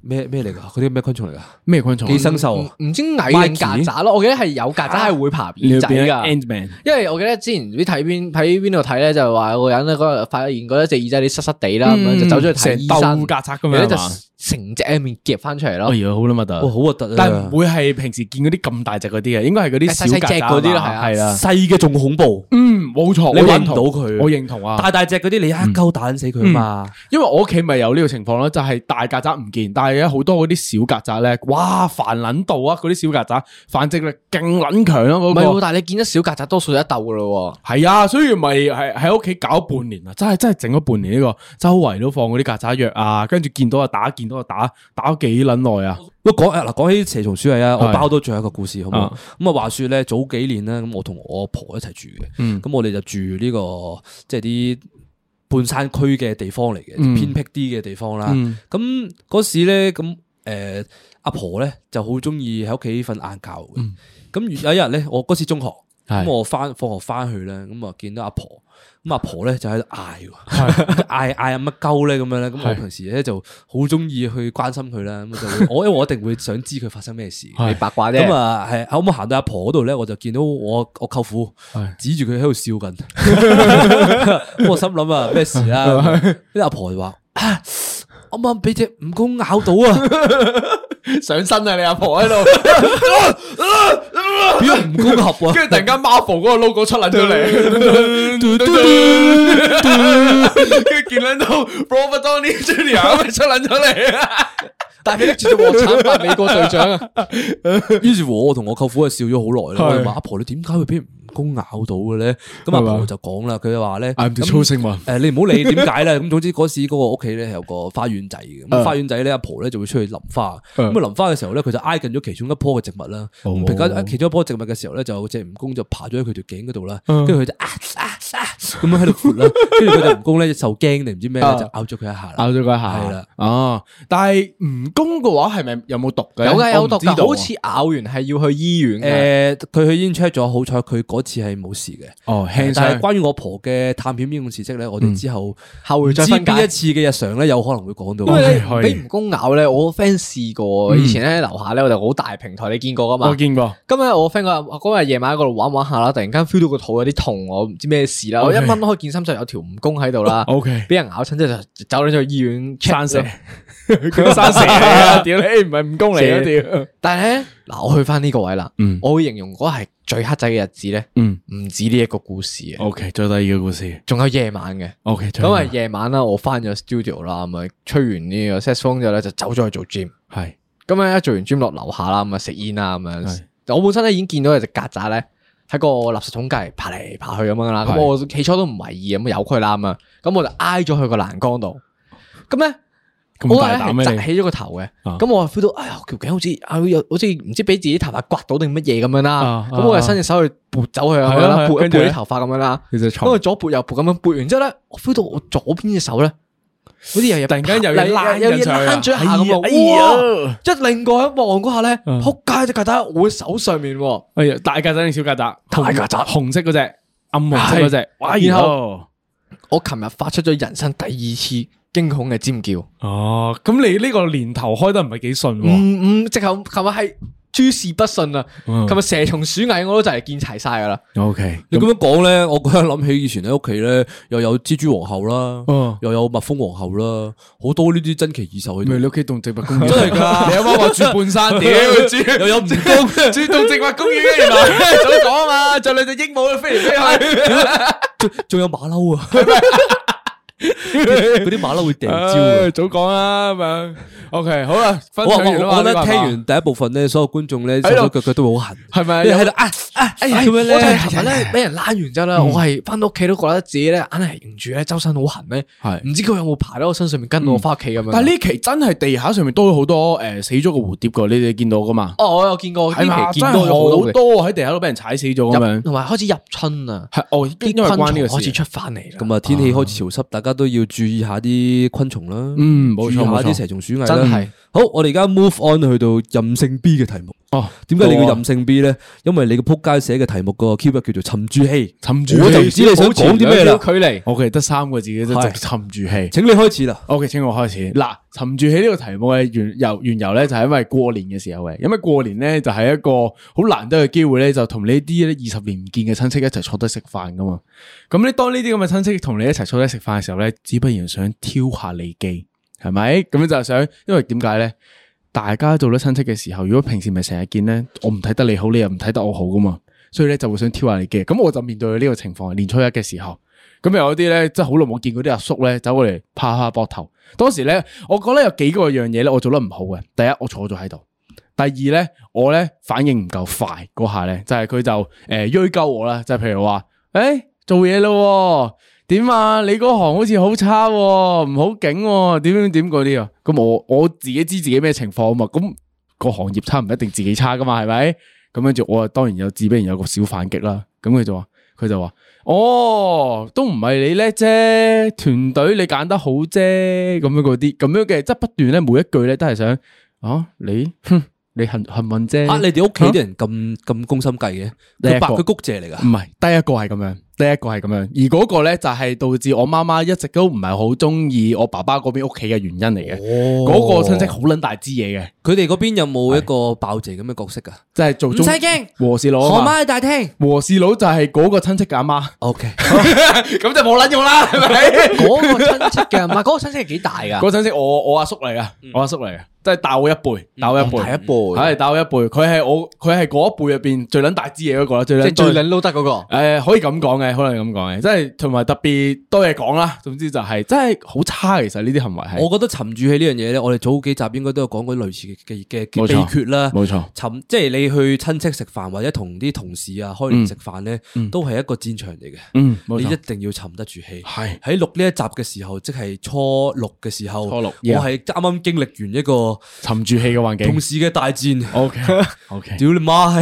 B: 咩咩嚟噶？嗰啲咩昆蟲嚟噶？
C: 咩昆蟲？
B: 寄生獸啊！
A: 唔唔知蟻定曱甴咯，我記得係有曱甴係會爬入耳仔㗎。
C: Endman
A: 因為我記得之前唔知睇邊睇邊度睇咧，就係話有個人咧嗰日發現嗰一隻耳仔你濕濕地
C: 嗯
A: 啦，咁樣就走咗去睇醫生，
C: 曱甴
A: 然後
C: 咁樣
A: 就
C: 係嘛
A: 成隻喺面夾翻出嚟
C: 哎
A: 咯。
C: 呀，好啦嘛得
B: 哇，好核突啊！
C: 但唔會係平時見嗰啲咁大隻嗰啲嘅，應該係嗰啲小
A: 細細
C: 曱
A: 隻
C: 甴
A: 嗰啲啦
C: 啊嘛
A: 係啊
C: 係啦。
B: 細嘅仲恐怖，
C: 嗯，冇錯，
B: 你
C: 我
B: 搵
C: 認
B: 唔
C: 同
B: 到佢
C: 我認同啊。
B: 大大隻嗰啲你一鳩打死佢啊嘛！
C: 因為我屋企咪有呢個情況咯，就係、大曱甴唔見，但係有好多嗰啲小曱甴咧，哇煩撚到啊！嗰啲小曱甴繁殖力勁撚強咯，
A: 唔
C: 嗰、
A: 係喎，
C: 個
A: 但係你見到小曱甴多數有一竇噶咯
C: 係啊，所以咪係喺屋企搞半年啊，真係真係整咗半年呢、個，周圍都放嗰啲曱甴藥啊，跟住見到就打，見到就打，打咗幾撚耐啊！
B: 喂，講嗱，講起蛇蟲鼠蟻啊，
C: 係
B: 我包多最後一個故事好唔好
C: 啊？
B: 咁啊，話說咧，早幾年咧，咁我同我阿婆一齊住
C: 嗯
B: 嘅，咁我哋就住呢個即係啲半山區嘅地方嚟嘅，偏僻啲嘅地方啦。咁嗰時咧，咁誒阿婆咧就好中意喺屋企瞓晏覺嘅。咁有一日咧，我嗰時中學，
C: 係
B: 咁我翻放學翻去咧，咁啊見到阿婆，咁阿婆咧就喺度嗌喎， 嗌嗌乜鳩咧咁樣咧，咁我平時咧就好中意去關心佢啦，咁就會我因為我一定會想知佢發生咩事。
A: 喎，你八卦啫。
B: 咁啊，係後尾行到阿婆嗰度咧，我就見到我我舅父
C: 係
B: 指住佢喺度笑 緊，咁我心諗啊咩事啦？ 咁啲阿婆就話：啊我啱啱俾只蜈蚣咬到啊，
C: 上身啊，你阿婆喺度，
B: 變咗蜈蚣俠啊！
C: 跟住突然間 Marvel 嗰個 logo 出撚咗嚟，跟住見撚到 Robert Downey Jr. 出撚咗嚟啊！
A: 但係你拎住隻鑊鏟翻美國隊長啊！
B: 於是乎，我同我舅父就啊笑咗好耐啦。
C: 係
B: 我就話：阿婆，你點解會俾蜈蚣咬到嘅咧？咁阿
C: 係嘛
B: 婆就講啦，佢就話咧，
C: I'm the
B: 啊咁
C: chosen one
B: 誒，你唔好理點解啦。咁總之嗰時嗰個屋企咧係有個花園仔嘅，咁花園仔咧阿婆咧就會出去淋花。
C: 嗯
B: 咁啊淋花嘅時候咧，佢就挨近咗其中一棵嘅植物啦。
C: 哦
B: 咁平間其中一棵植物嘅時候咧，就有隻蜈蚣就爬咗喺佢條頸嗰度啦。跟住佢就啊啊啊咁樣喺度闊啦。跟住佢隻蜈蚣咧受驚定唔知咩呢
C: 啊
B: 就咬咗佢一下啦。
C: 咬咗嗰一下，
B: 係啦。
C: 哦，但係蜈蚣嘅話係咪有冇毒嘅？
A: 有噶有
C: 我唔
A: 毒
C: 知道
A: 㗎，
C: 啊
A: 好似咬完係要去醫院嘅。
B: 誒，佢去已經 check 咗，好彩佢嗰次係冇事嘅。
C: 哦輕
B: 但係
C: 傷。
B: 關於我婆嘅探險英勇事蹟咧，我哋之後
A: 後會再
B: 知
A: 分解
B: 邊一次嘅日常咧，有可能會講到。
A: 因為咧
C: 係
A: 俾蜈蚣咬咧，我 friend 試過，啊以前咧樓下咧我哋好大平台，你見過噶嘛
C: 嗯我？見過，
A: 咁咧我 friend 嗰日嗰日夜晚喺嗰度玩玩下啦，突然間 feel 到個肚有啲痛，我唔知咩事啦。我一
C: OK 哦
A: 掹開件衫就有條蜈蚣喺度啦
C: OK
A: 俾人咬親之後就走咗去醫院 check
C: 生蛇
A: 咗。
C: 佢都生蛇嚟啊！屌你，唔係蜈蚣嚟啊！屌，
A: 但係咧嗱，我去翻呢個位啦
C: 嗯，
A: 我會形容嗰係最黑仔嘅日子咧，
C: 嗯哦
A: 唔止呢一個故事嘅，
C: ，OK，再第二個故事
A: 仲有夜晚嘅。
C: ，OK，
A: 咁啊夜晚啦，我翻咗 studio 啦，咁啊吹完呢個 saxophone 之後咧，就走咗去做 gym。
C: 係
A: 咁啊一做完 gym 落樓下啦，咁啊食煙啦，咁
C: 係
A: 樣。我本身咧已經見到有隻曱甴咧喺個垃圾桶隔離爬嚟爬去咁樣啦。咁
C: 係
A: 我起初都唔為意，咁由佢啦咁啊。咁我就挨咗去個欄杆度。咁咧，
C: 咁
A: 我
C: 大膽
A: 咧
C: 咩
A: 係
C: 你
A: 擲？起咗個頭嘅。
C: 啊
A: 咁我 feel 到，哎呀條頸好似啊有好似唔知俾自己頭髮刮到定乜嘢咁樣啦
C: 啊。
A: 咁我
C: 啊
A: 就伸隻手去撥走佢
C: 係
A: 咁
C: 啊
A: 樣
C: 係啊
A: 啦，撥一撥
C: 跟住
A: 啲
C: 咧
A: 頭髮咁樣啦。
C: 你隻
A: 咁
C: 床
A: 佢左撥右撥咁樣撥完之後咧，我 feel 到我左邊隻手咧好似又
C: 突然間又要
A: 嚟
C: 躝
A: 又要
C: 緊上去啦
A: 躝咗一下咁咯，
C: 哎呀
A: 哇！一另外一望嗰下咧，
C: 嗯
A: 扑街只曱甴喺我手上面喎，
C: 哎呀，大曱甴定小曱甴？大曱甴，紅色嗰只，暗紅色嗰只。
A: 係
C: 然
A: 然
C: 後
A: 我琴日發出咗人生第二次驚恐嘅尖叫，唔
C: 哦，嗯咁你呢個年頭開得唔係幾順喎？
A: 唔，直頭琴日嗯係諸事不順啊！
C: 嗯
A: 琴日蛇蟲鼠蟻我都就嚟見齊晒噶啦，
C: O K，
B: 你咁樣講咧，我嗰日諗起以前喺屋企咧，又有蜘蛛皇后啦，
C: 嗯
B: 又有蜜蜂皇后啦，好多呢啲珍奇異獸喺
C: 咪你
B: 度。
C: 屋企動植物公園
B: 真係㗎
C: 你阿媽話住半山屌，住
B: 又有蜈蚣，
C: 住動植物公園嘅原來 早講啊嘛，就兩隻鸚鵡飛嚟飛去。
B: 仲仲有馬騮啊！嗰啲馬騮會掟蕉啊！
C: 唉早講啦咁樣。O K，好啦，分
B: 我
C: 享
B: 我
C: 完啦嘛
B: 啊我覺
C: 呢個
B: 得
C: 係
B: 聽
C: 嘛
B: 完第一部分咧，所有觀眾咧手
C: 喺度
B: 手腳腳都會好痕，
C: 係咪
B: 因為喺度啊啊
A: 哎
B: 哎
A: 呀，
B: 呀咁
A: 我
B: 樣
A: 就
B: 咧
A: 係，琴日咧俾人拉完之後咧，我係翻到屋企都覺得自己咧硬係認住咧周身好痕咧，
C: 係
A: 唔知佢有冇爬到我身上面跟到我翻屋企咁樣。
C: 但係呢期真係地下上面多咗好多诶死咗嘅蝴蝶噶，你哋見到噶嘛？
A: 哦，我有見過
C: 係
A: 呢
C: 嘛，
A: 期
C: 真
A: 見
C: 係
A: 多咗好多
C: 好
A: 嘅
C: 多啊喺地下度俾人踩死咗咁
A: 入
C: 樣。
A: 同埋開始入春啊，
C: 係哦，
A: 啲
C: 因為
A: 昆
C: 關
A: 蟲
C: 呢個
A: 開
C: 事
A: 始。出翻嚟啦。
B: 咁啊天氣開始潮濕，大家都要注意下啲昆蟲啦，
C: 嗯冇錯
B: 注意
C: 冇錯
B: 下啲蛇蟲鼠蟻啦。
A: 真係
B: 好，我哋而家 move on 去到任性 B 嘅題目。
C: 哦，
B: 點解你
C: 到
B: 叫
C: 啊
B: 任性 B 咧？因為你個仆街寫嘅題目個 keyword 叫做沉住氣。
C: 沉住氣
B: 我就唔知你想講啲咩啦。
A: 距離
C: 我其實得三個字嘅啫，
B: 係
C: 就沉住氣。
B: 請你開始啦。
C: O.K. 請我開始嗱，沉住氣呢個題目嘅原由原由咧，就係因為過年嘅時候嘅，因為過年咧就係一個好難得嘅機會咧，就同呢啲二十年唔見嘅親戚一齊坐低食飯噶嘛。咁咧，當呢啲咁嘅親戚同你一齊坐低食飯嘅時候咧，只不然想挑下你機，係咪？咁樣就係想，因為點解咧？大家做咗親戚嘅時候，如果平時咪成日見咧，我唔睇得你好，你又唔睇得我好噶嘛，所以咧就會想挑下你機。咁我就面對呢個情況，年初一嘅時候。咁又有啲咧，真係好耐冇見嗰啲阿叔咧，走過嚟拍下膊頭。當時咧，我覺得有幾個樣嘢咧，我做得唔好嘅。第一，我坐咗喺度；第二咧，我咧反應唔夠快嗰下咧，就係、佢就誒追鳩我啦，就係譬如話，誒、做嘢咯喎，點啊？你嗰行好似好差喎、唔好景喎，點點點嗰啲啊。咁我我自己知自己咩情況啊嘛，咁、個行業差唔一定自己差噶嘛，係咪？咁跟住我啊，當然有自不然有個小反擊啦。咁佢就話，佢就話。哦，都唔係你叻啫，團隊你揀得好啫，咁樣嗰啲，咁樣嘅，即係不斷咧，每一句咧都係想，啊，你，哼，你幸幸運啫，
B: 吓，啊你哋屋企啲人咁咁攻心計
C: 第
B: 嘅，
C: 一
B: 佢白
C: 個
B: 佢谷蔗嚟噶。
C: 唔係，第一個係咁樣，第一個係咁樣，而嗰個咧就係導致我媽媽一直都唔係好中意我爸爸嗰邊屋企嘅原因嚟嘅，
A: 哦
C: 嗰、個親戚好撚大支嘢嘅，
B: 佢哋嗰邊有冇一個爆謝咁嘅角色噶？
C: 即係做中
B: 驚，
C: 和事佬啊嘛，
B: 喺大廳。
C: 和事佬就係嗰個親戚嘅阿媽，
A: 嗯
B: OK，
C: 咁就冇撚用啦，係咪？
A: 嗰個親戚 嘅，唔係嗰個親戚係幾大㗎？
C: 嗰陣時我我阿叔嚟噶，我阿叔嚟噶，即係大我一輩，大我一輩，
A: 大一輩
C: 係大我一輩。佢係我佢係嗰一輩入邊最撚大支嘢嗰個啦，最
A: 即
C: 撚
A: 係最
C: 多
A: 撚撈得嗰個。
C: 誒可以咁講嘅，可能咁講嘅，即係同埋特別多嘢講啦。總之就係真係好差，其實呢啲行為 係
B: 我覺得沉住氣呢樣嘢咧，我哋早幾集應該都有講過類似嘅嘅嘅
C: 冇錯
B: 秘訣啦。
C: 冇錯
B: 沉即係你去親戚食飯或者同啲同事啊開年食飯咧，都係一個戰場嚟嘅。
C: 嗯冇
B: 你一
C: 錯
B: 定要沉得住氣。
C: 係
B: 喺錄呢一集嘅時候，即係初六嘅時候，
C: 初六
B: 我係啱啱經歷完一個
C: 沉住氣嘅環境
B: 同。事嘅大戰。
C: O K O K，
B: 屌你媽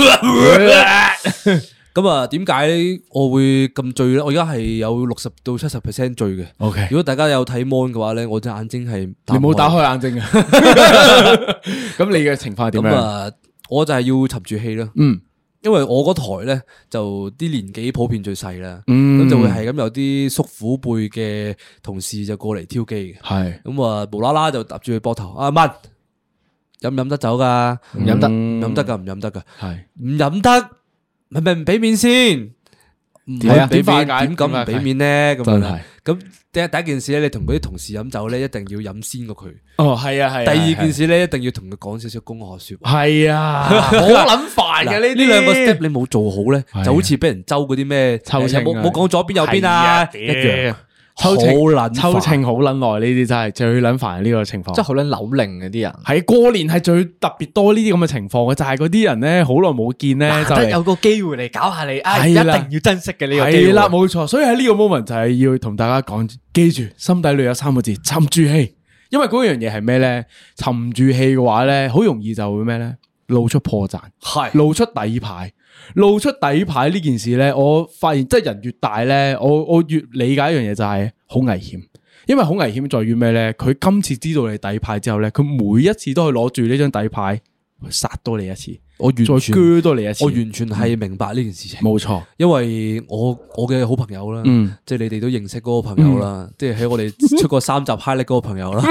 B: 係！ 咁啊，點解我會咁醉咧？我而家係有六十到七十 percent 醉嘅。
C: OK
B: 如果大家有睇 mon 嘅話咧，我隻眼睛係
C: 你冇打
B: 開
C: 開眼 睛啊？咁你嘅情況係點
B: 咁
C: 樣？
B: 啊，我就係要沉住氣啦。
C: 嗯，
B: 因為我嗰台咧就啲年紀普遍最細啦，咁、
C: 嗯
B: 就會係咁有啲叔父輩嘅同事就過嚟挑機嘅。
C: 係
B: 咁啊，無啦啦就搭住佢膊頭，阿、啊、蚊飲唔飲得酒噶？唔
C: 飲得
B: 唔飲得噶，唔飲得噶。
C: 嗯係
B: 唔飲得，咪咪唔俾面先。唔
C: 係啊
B: 俾
C: 點化
B: 面，
C: 解
B: 點咁唔俾面咧？咁
C: 真
B: 樣
C: 係
B: 啦咁第一第一件事咧，你同嗰啲同事飲酒咧，一定要飲先過佢。
C: 哦係啊係啊。
B: 第二件
C: 事
B: 事咧，一定要同佢講少少公學说 話。
C: 係啊，好撚煩 嘅
B: 嗱
C: 呢
B: 呢
C: 啲
B: 兩個 step 你冇做好咧
C: 係啊，
B: 就好似俾人周嗰啲咩
C: 抽情啊
B: 冇冇講左邊右邊啊，一樣
C: 抽
B: 好
C: 情
B: 撚
C: 抽
B: 煩
C: 情好撚耐，呢啲真係最撚煩呢個情況。
A: 即係好撚扭擰嘅啲人，
C: 喺過年係最特別多呢啲咁嘅情況嘅，就係嗰啲人咧好耐冇見咧，就
A: 難得
C: 係
A: 有個機會嚟搞下你，唉，一
C: 係
A: 定
C: 啦
A: 要珍惜嘅呢個機
C: 係
A: 會。
C: 啦，冇錯。所以喺呢個 moment 就係要同大家講，記住心底裏有三個字：沉住氣。因為嗰樣嘢係咩咧？沉住氣嘅話咧，好容易就會咩咧？露出破綻，
B: 係
C: 露出底牌。露出底牌呢件事咧，我發現即係人越大咧，我我越理解一樣嘢就係好危險。因為好危險在於咩咧？佢今次知道你底牌之後咧，佢每一次都去攞住呢張底牌去殺多你一次，
B: 我完
C: 再
B: 全
C: 鋸多你一次。
B: 我完全係明白呢件事情，
C: 冇錯，
B: 因為我我嘅好朋友啦，
C: 嗯
B: 即係你哋都認識嗰個朋友啦，即係喺我哋出過三集 high 力嗰個朋友啦，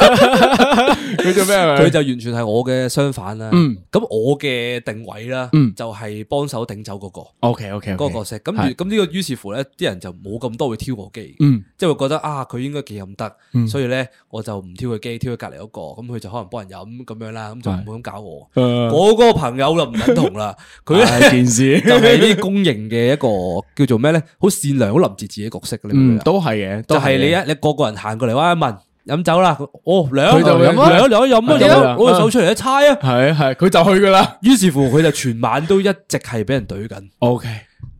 C: 佢做咩？
B: 佢就完全係我嘅相反啦。
C: 嗯
B: 咁我嘅定位啦，
C: 嗯
B: 就係幫手頂走嗰個。
C: OK OK
B: 嗰個角色。咁
C: 係
B: 如咁呢個於是乎咧，啲人就冇咁多會挑我機，
C: 嗯
B: 即係會覺得啊，佢應該幾咁得，所以咧我就唔挑佢機，挑佢隔離嗰個，咁佢就可能幫人飲咁樣啦，咁就唔會咁搞我。我嗰個朋友就唔等同啦，佢
C: 大
B: 咧
C: 件事
B: 就係啲公認嘅一個叫做咩咧，好善良、好臨自自己角色你明唔明
C: 嗯
B: 啊
C: 都係嘅，
B: 就
C: 都
B: 係你
C: 嘅
B: 一你個個人行過嚟，哇問飲酒啦，哦兩
C: 佢就飲啊
B: 兩兩飲啊，
C: 係啊
B: 兩我就走出嚟一猜啊，
C: 係係佢就去噶啦。
B: 於是乎佢就全晚都一直係俾人懟緊。
C: OK，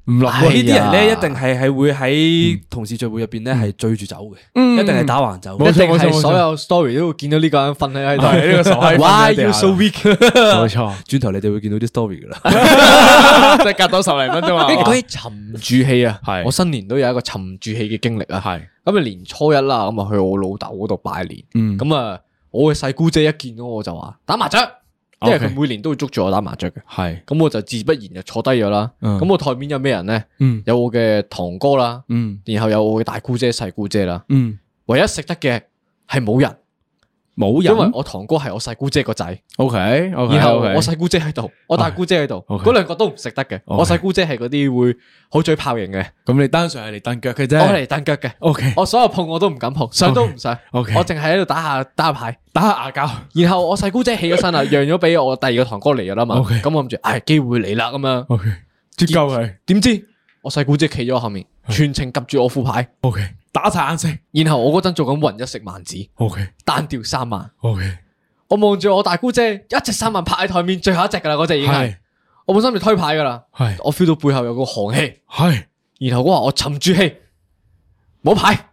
C: 唔落
B: 呢啲人咧，一
A: 啊
B: 定係係會
C: 嗯
B: 喺同事聚會入邊咧係追住走嘅，一定係打橫走嘅。
A: 嗯一
C: 冇錯
A: 定
C: 冇錯
A: 係
C: 冇錯
A: 所有 story 都會見到呢個人瞓喺喺 度，
C: 係呢個傻閪瞓喺
A: Why
C: 地下
A: you so weak？
C: 冇錯，
B: 轉頭你哋會見到啲 story 噶啦。
C: 即係隔多十零分 鐘
A: 跟住
C: 啊
A: 講。起沉住氣 啊，
C: 係
A: 我新年都有一個沉住氣嘅經歷啊，
C: 係
A: 咁啊年初一啦，咁啊去我老豆嗰度拜年，
C: 嗯
A: 咁啊我嘅細姑姐一見到我就話打麻雀，因為
C: OK
A: 佢每年都會捉住我打麻雀嘅，
C: 係
A: 咁我就自不然就坐低咗啦，
C: 嗯
A: 咁我台面有咩人咧
C: 嗯？
A: 有我嘅堂哥啦，
C: 嗯
A: 然後有我嘅大姑姐、細姑姐啦，
C: 嗯
A: 唯一食得嘅係冇人，
C: 冇
A: 因為
C: 人。
A: 我堂哥係我細姑姐個仔。
C: OK OK，
A: 然後我細姑姐喺度，我大姑姐喺度，
C: OK
A: 嗰兩個都唔食得嘅。我細姑姐係嗰啲會好嘴炮型嘅，
C: 咁你單純係嚟蹬腳嘅啫。
A: 我嚟蹬腳嘅。
C: OK
A: 我所有碰我都唔敢碰，上都唔上。
C: OK
A: 我淨係喺度打下打下牌。
C: 打下牙骹。
A: 然後我細姑姐起咗身啦，讓咗俾我第二個堂哥嚟咗啦嘛。
C: OK
A: 咁我諗住，唉，機會嚟啦咁樣。
C: OK，接救佢。
A: 點知我細姑姐企咗我後面，全程及住我副牌。
C: OK，打晒眼色。
A: 然後我嗰陣做緊雲一食萬子，
C: OK
A: 單調三萬。
C: OK，
A: 我望住我大姑姐一隻三萬拍喺台面，最後一隻噶啦，嗰隻已經係
C: 係。
A: 我本身就推牌噶啦，
C: 係
A: 我 feel 到背後有個寒氣。
C: 係
A: 然後我話我沉住氣，冇牌，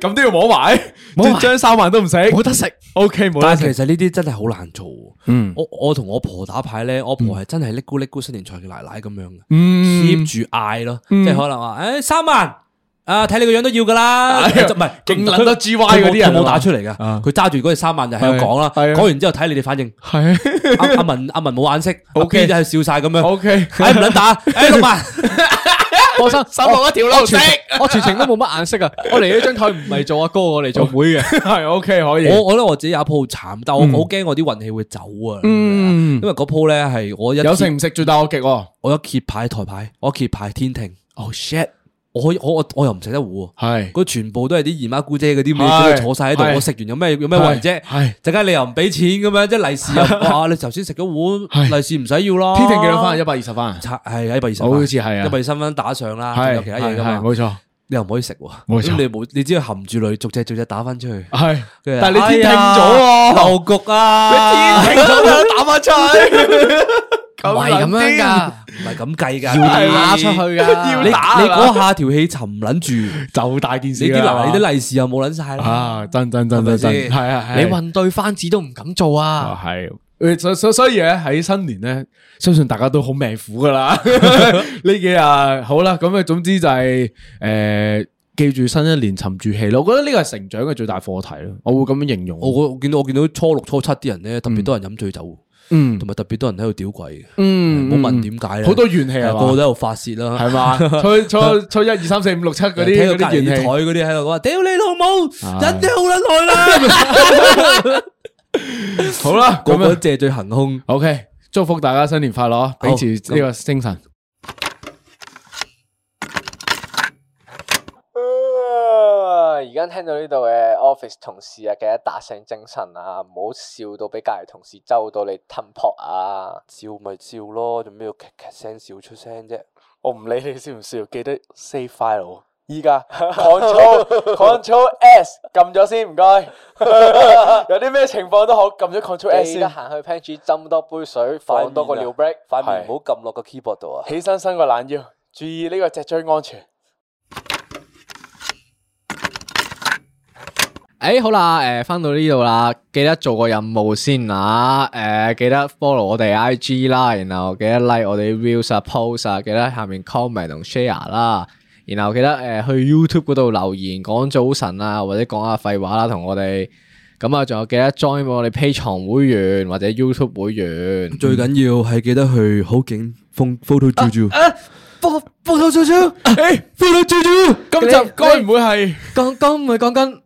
C: 咁都要摸埋，
A: 摸埋
C: 張三萬都唔食。
A: 冇得食。
C: OK，冇
B: 但
C: 得
B: 係
C: 食。
B: 其實呢啲真係好難做。
C: 嗯
B: 我我同我婆打牌咧，我婆係真係叻咕叻咕新年財嘅奶奶咁樣嘅
C: 嗯
B: ，keep 住嗌咯，即係可能話誒三萬啊，睇你個樣都要噶 啦，就唔係
C: 勁撚多 GY
B: 佢冇
C: 嗰啲人啊
B: 佢
C: 嘛
B: 冇打出嚟噶
C: 啊，
B: 佢揸住嗰隻三萬就喺度講啦，
C: 係係啊
B: 講完之後睇你哋反 應。
C: 係
B: 阿阿文阿文冇眼色，阿
C: OK
B: B 就係笑晒咁樣。
C: OK
B: 唉唔撚打，唉六 萬， 哎
A: 放心，手
C: 落一條路
A: 我全程我全程都冇乜眼色啊！我嚟呢張台唔係做阿哥，我嚟做妹 嘅。
C: 係 OK 可以。
B: 我我覺得我自己有一鋪慘，但我好驚我啲運氣會走啊。
C: 嗯
B: 因為嗰鋪咧係我一
C: 有食
B: 揭
C: 唔食最大我極喎。
B: 我一揭牌台牌，我一揭牌天庭，
C: Oh shit！
B: 我可以我我我又唔食得糊喎。
C: 係
B: 佢全部都係啲姨媽姑姐嗰啲咩，
C: 係
B: 咁佢坐晒喺度。
C: 係
B: 我食完有咩有咩為啫？
C: 係
B: 陣間你又唔俾錢咁樣，即係利是又 哇！你頭先食咗碗
C: 係
B: 利是唔使要咯。
C: 天庭幾多分？一百二十分啊。
B: 差係一百二十，
C: 好似係啊
B: 一百二十蚊打上啦，仲
C: 係
B: 有其他嘢噶
C: 係
B: 嘛
C: 係？冇錯。
B: 你又唔可以食喎，
C: 冇錯
B: 咁你冇，你只要含住淚，逐隻逐隻打翻出去。
C: 係，
B: 跟住
C: 但係你
B: 哎
C: 天聽
B: 呀
C: 咗喎。
B: 牛局啊，
C: 停咗打翻出 去，
A: 唔係咁樣噶，
B: 唔係咁計
A: 要
B: 㗎，
A: 打出去噶。
B: 你
A: 你
C: 啊
B: 你嗰下條氣沉撚 住，
C: 就大件
B: 你
C: 事
B: 啲
C: 啦
B: 嗱你啲利是又冇撚晒啦。
C: 啊，真真真真真，
B: 係咪先
C: 係啊，係
A: 你混對番子都唔敢做啊！
C: 啊係。誒所所所以咧喺新年咧，相信大家都好命苦噶啦。呢幾日好啦，咁啊，總之就係、誒、記住新一年沉住氣咯。我覺得呢個係成長嘅最大課題咯。我會咁樣形容。
B: 我我見到我見到初六初七啲人咧，特別多人飲醉酒，
C: 嗯
B: 同埋特別多人喺度屌鬼嘅。
C: 嗯
B: 冇問點解咧，
C: 好多怨氣啊
B: 係
C: 嘛
B: 個個都喺度發泄啦，
C: 係嘛？初初初一二三四五六七嗰
B: 聽到
C: 啲嗰
B: 隔
C: 啲
B: 離
C: 怨
B: 台
C: 氣。啊
B: 嗰啲喺度講話，屌你老母，忍咗好撚耐 啦。
C: 好啦，咁
B: 個個
C: 樣
B: 借醉行凶，
C: OK，祝福大家新年快樂，保持呢個精神。
A: 而家聽到呢度嘅 office 同事啊，記得打醒精神啊，唔好笑到俾隔離同事周到你吞撲啊！
E: 笑咪笑咯，做咩要咳咳聲笑出聲啫？我唔理你笑唔笑，記得 save file。依 家 Control Control S 撳咗先，唔該。 有啲咩情況都好，撳咗 Control S
A: 記得
E: 先。
A: 行去 pantry 斟多杯水，放多個尿 break。
E: 塊面唔好撳落個 keyboard 度啊！起身伸個懶腰，注意呢個脊椎安全。
A: 诶、好啦，诶、翻到呢度啦，記得做個任務先啊，诶、記得 follow 我哋 IG 啦，然後記得 like 我哋 views 啊、post 啊，記得下面 comment 同 share 啦，然後記得诶、呃去 YouTube 嗰度留言講早晨啊，或者講下廢話啦，同我哋。咁啊，仲有記得 join 我哋 P 床會員或者 YouTube 會員。
B: 最緊要係記得去好景風 photo 照照。
C: 今集該唔會係
A: 讲讲唔系讲紧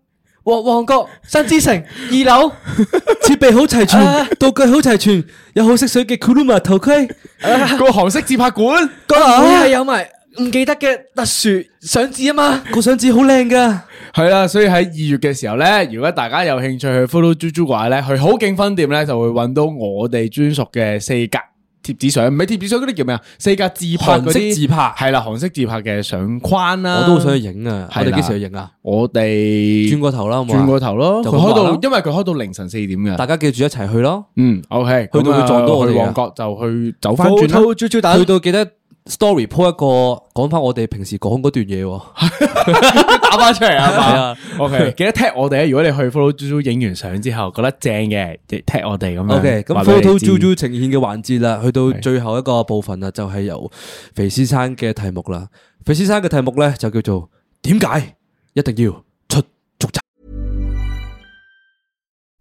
A: 旺旺角新之城二 楼，设备好齐全，道具好齐全，有好识水嘅 Kuruma 头盔，
C: 個韓式自拍館？
A: 讲会系有埋唔记得嘅特殊相纸啊嘛，个相纸好靓噶。
C: 係啦，所以喺二月嘅時候咧，如果大家有興趣去 Follow 豬豬嘅話咧，去好景分店咧就會揾到我哋專屬嘅四格貼紙相，唔係貼紙相嗰啲叫咩啊？四格自拍嗰啲
B: 韓式自拍
C: 係啦，韓式自拍嘅相框啦。
B: 我都好想去影啊！我
C: 係啦
B: 哋幾時去影啊？
C: 我哋
B: 轉個頭啦，好唔好啊
C: 转个头咯，
B: 就咁
C: 佢開
B: 話
C: 到
B: 啦，
C: 因為佢開到凌晨四點嘅。
B: 大家記住一齊去咯。
C: 嗯，OK，
B: 去到會撞到我哋
C: 咁
B: 嘅
C: 啊去旺角就去走翻轉啦。
A: 猪猪蛋
B: 去到記得 story po 一個講翻我哋平時講嗰段嘢喎。
C: 打翻出嚟啊
B: 係啊
C: 嘛。OK，記得 tag 我哋啊！如果你去 follow 豬豬影完相之後覺得正嘅，就 tag 我哋咁樣。
B: OK，咁
C: 話俾你
B: photo
C: 知
B: Juju 呈現嘅環節啦，去到最後一個部分啦，就係由肥先生嘅題目啦。肥先生嘅題目咧就叫做點解一定要出續集？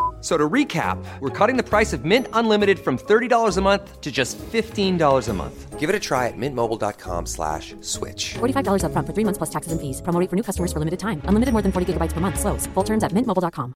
F: a-" So to recap, we're cutting the price of Mint Unlimited from $30 a month to just $15 a month. Give it a try at mintmobile.com slash switch.
G: $45 upfront for three months plus taxes and fees. Promo rate for new customers for limited time. Unlimited more than 40 gigabytes per month. Slows. Full terms at mintmobile.com.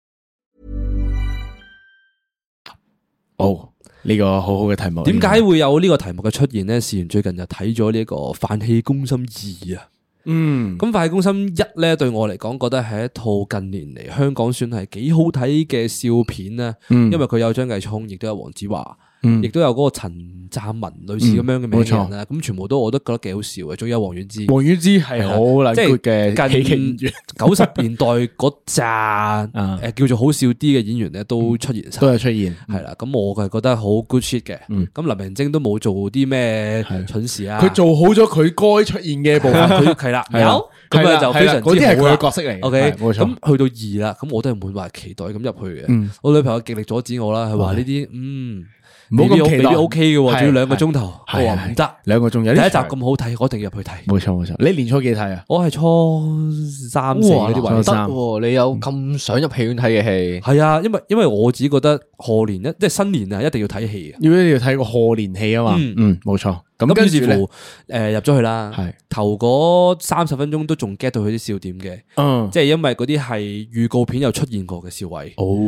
C: 哦，呢個好好嘅題目。
B: 點解會有呢個題目嘅出現呢？事源最近就睇咗呢個《泛氣攻心二》啊。嗯，咁《泛氣攻心一》咧對我嚟講，覺得係一套近年嚟香港算係幾好睇嘅笑片啦。
C: 嗯
B: 因為佢有張繼聰，亦都有黃子華，亦都有嗰個陳湛文類似咁樣嘅名嘅
C: 嗯
B: 人啦。啊咁全部都我都覺得幾好笑嘅，仲有黃遠之。
C: 黃遠之係好撚
B: 即
C: good 嘅喜
B: 係
C: 劇
B: 近
C: 演員，
B: 九十年代嗰扎
C: 啊嗯
B: 誒叫做好笑啲嘅演員咧，都出現晒
C: 都。有出現。
B: 系啦，咁我係覺得好 good shit 嘅。咁林明晶都冇做啲咩蠢事啊。
C: 嗯佢做好咗佢該出現嘅部分，
B: 佢 係啦，有
C: 係啦
B: 咁
C: 係
B: 啊
C: 啦
B: 就非常之
C: 係啦嗰啲係
B: 好啦
C: 佢嘅角色嚟
B: OK，
C: 係冇嗯錯
B: 咁去到二啦，咁我都係滿懷期待咁入去嘅。我女朋友極力阻止我啦，佢話呢啲嗯，
C: 唔好咁期待
B: O K 嘅喎，
C: 係
B: 仲要兩個鐘頭，我
C: 係
B: 話唔得
C: 係，兩個鐘有啲
B: 第一集
C: 長
B: 咁好睇，我一定要入去睇。
C: 冇錯冇錯。你年初幾睇啊？
B: 我係初三四
A: 哇，
B: 嗰啲
A: 得
B: 嗯位
C: 初三
A: 喎！你有咁想入戲院睇嘅戲，
B: 係啊，因為因為我只覺得賀年一即係新年啊，一定要睇戲嘅。
C: 要要睇個賀年戲啊嘛。
B: 嗯
C: 嗯，冇錯。咁
B: 咁
C: 跟
B: 於
C: 住
B: 是
C: 咧
B: 乎，，誒入咗去啦，
C: 係
B: 頭嗰三十分鐘都仲 get 到佢啲笑點嘅，
C: 嗯，
B: 即係因為嗰啲係預告片有出現過嘅笑位，
C: 哦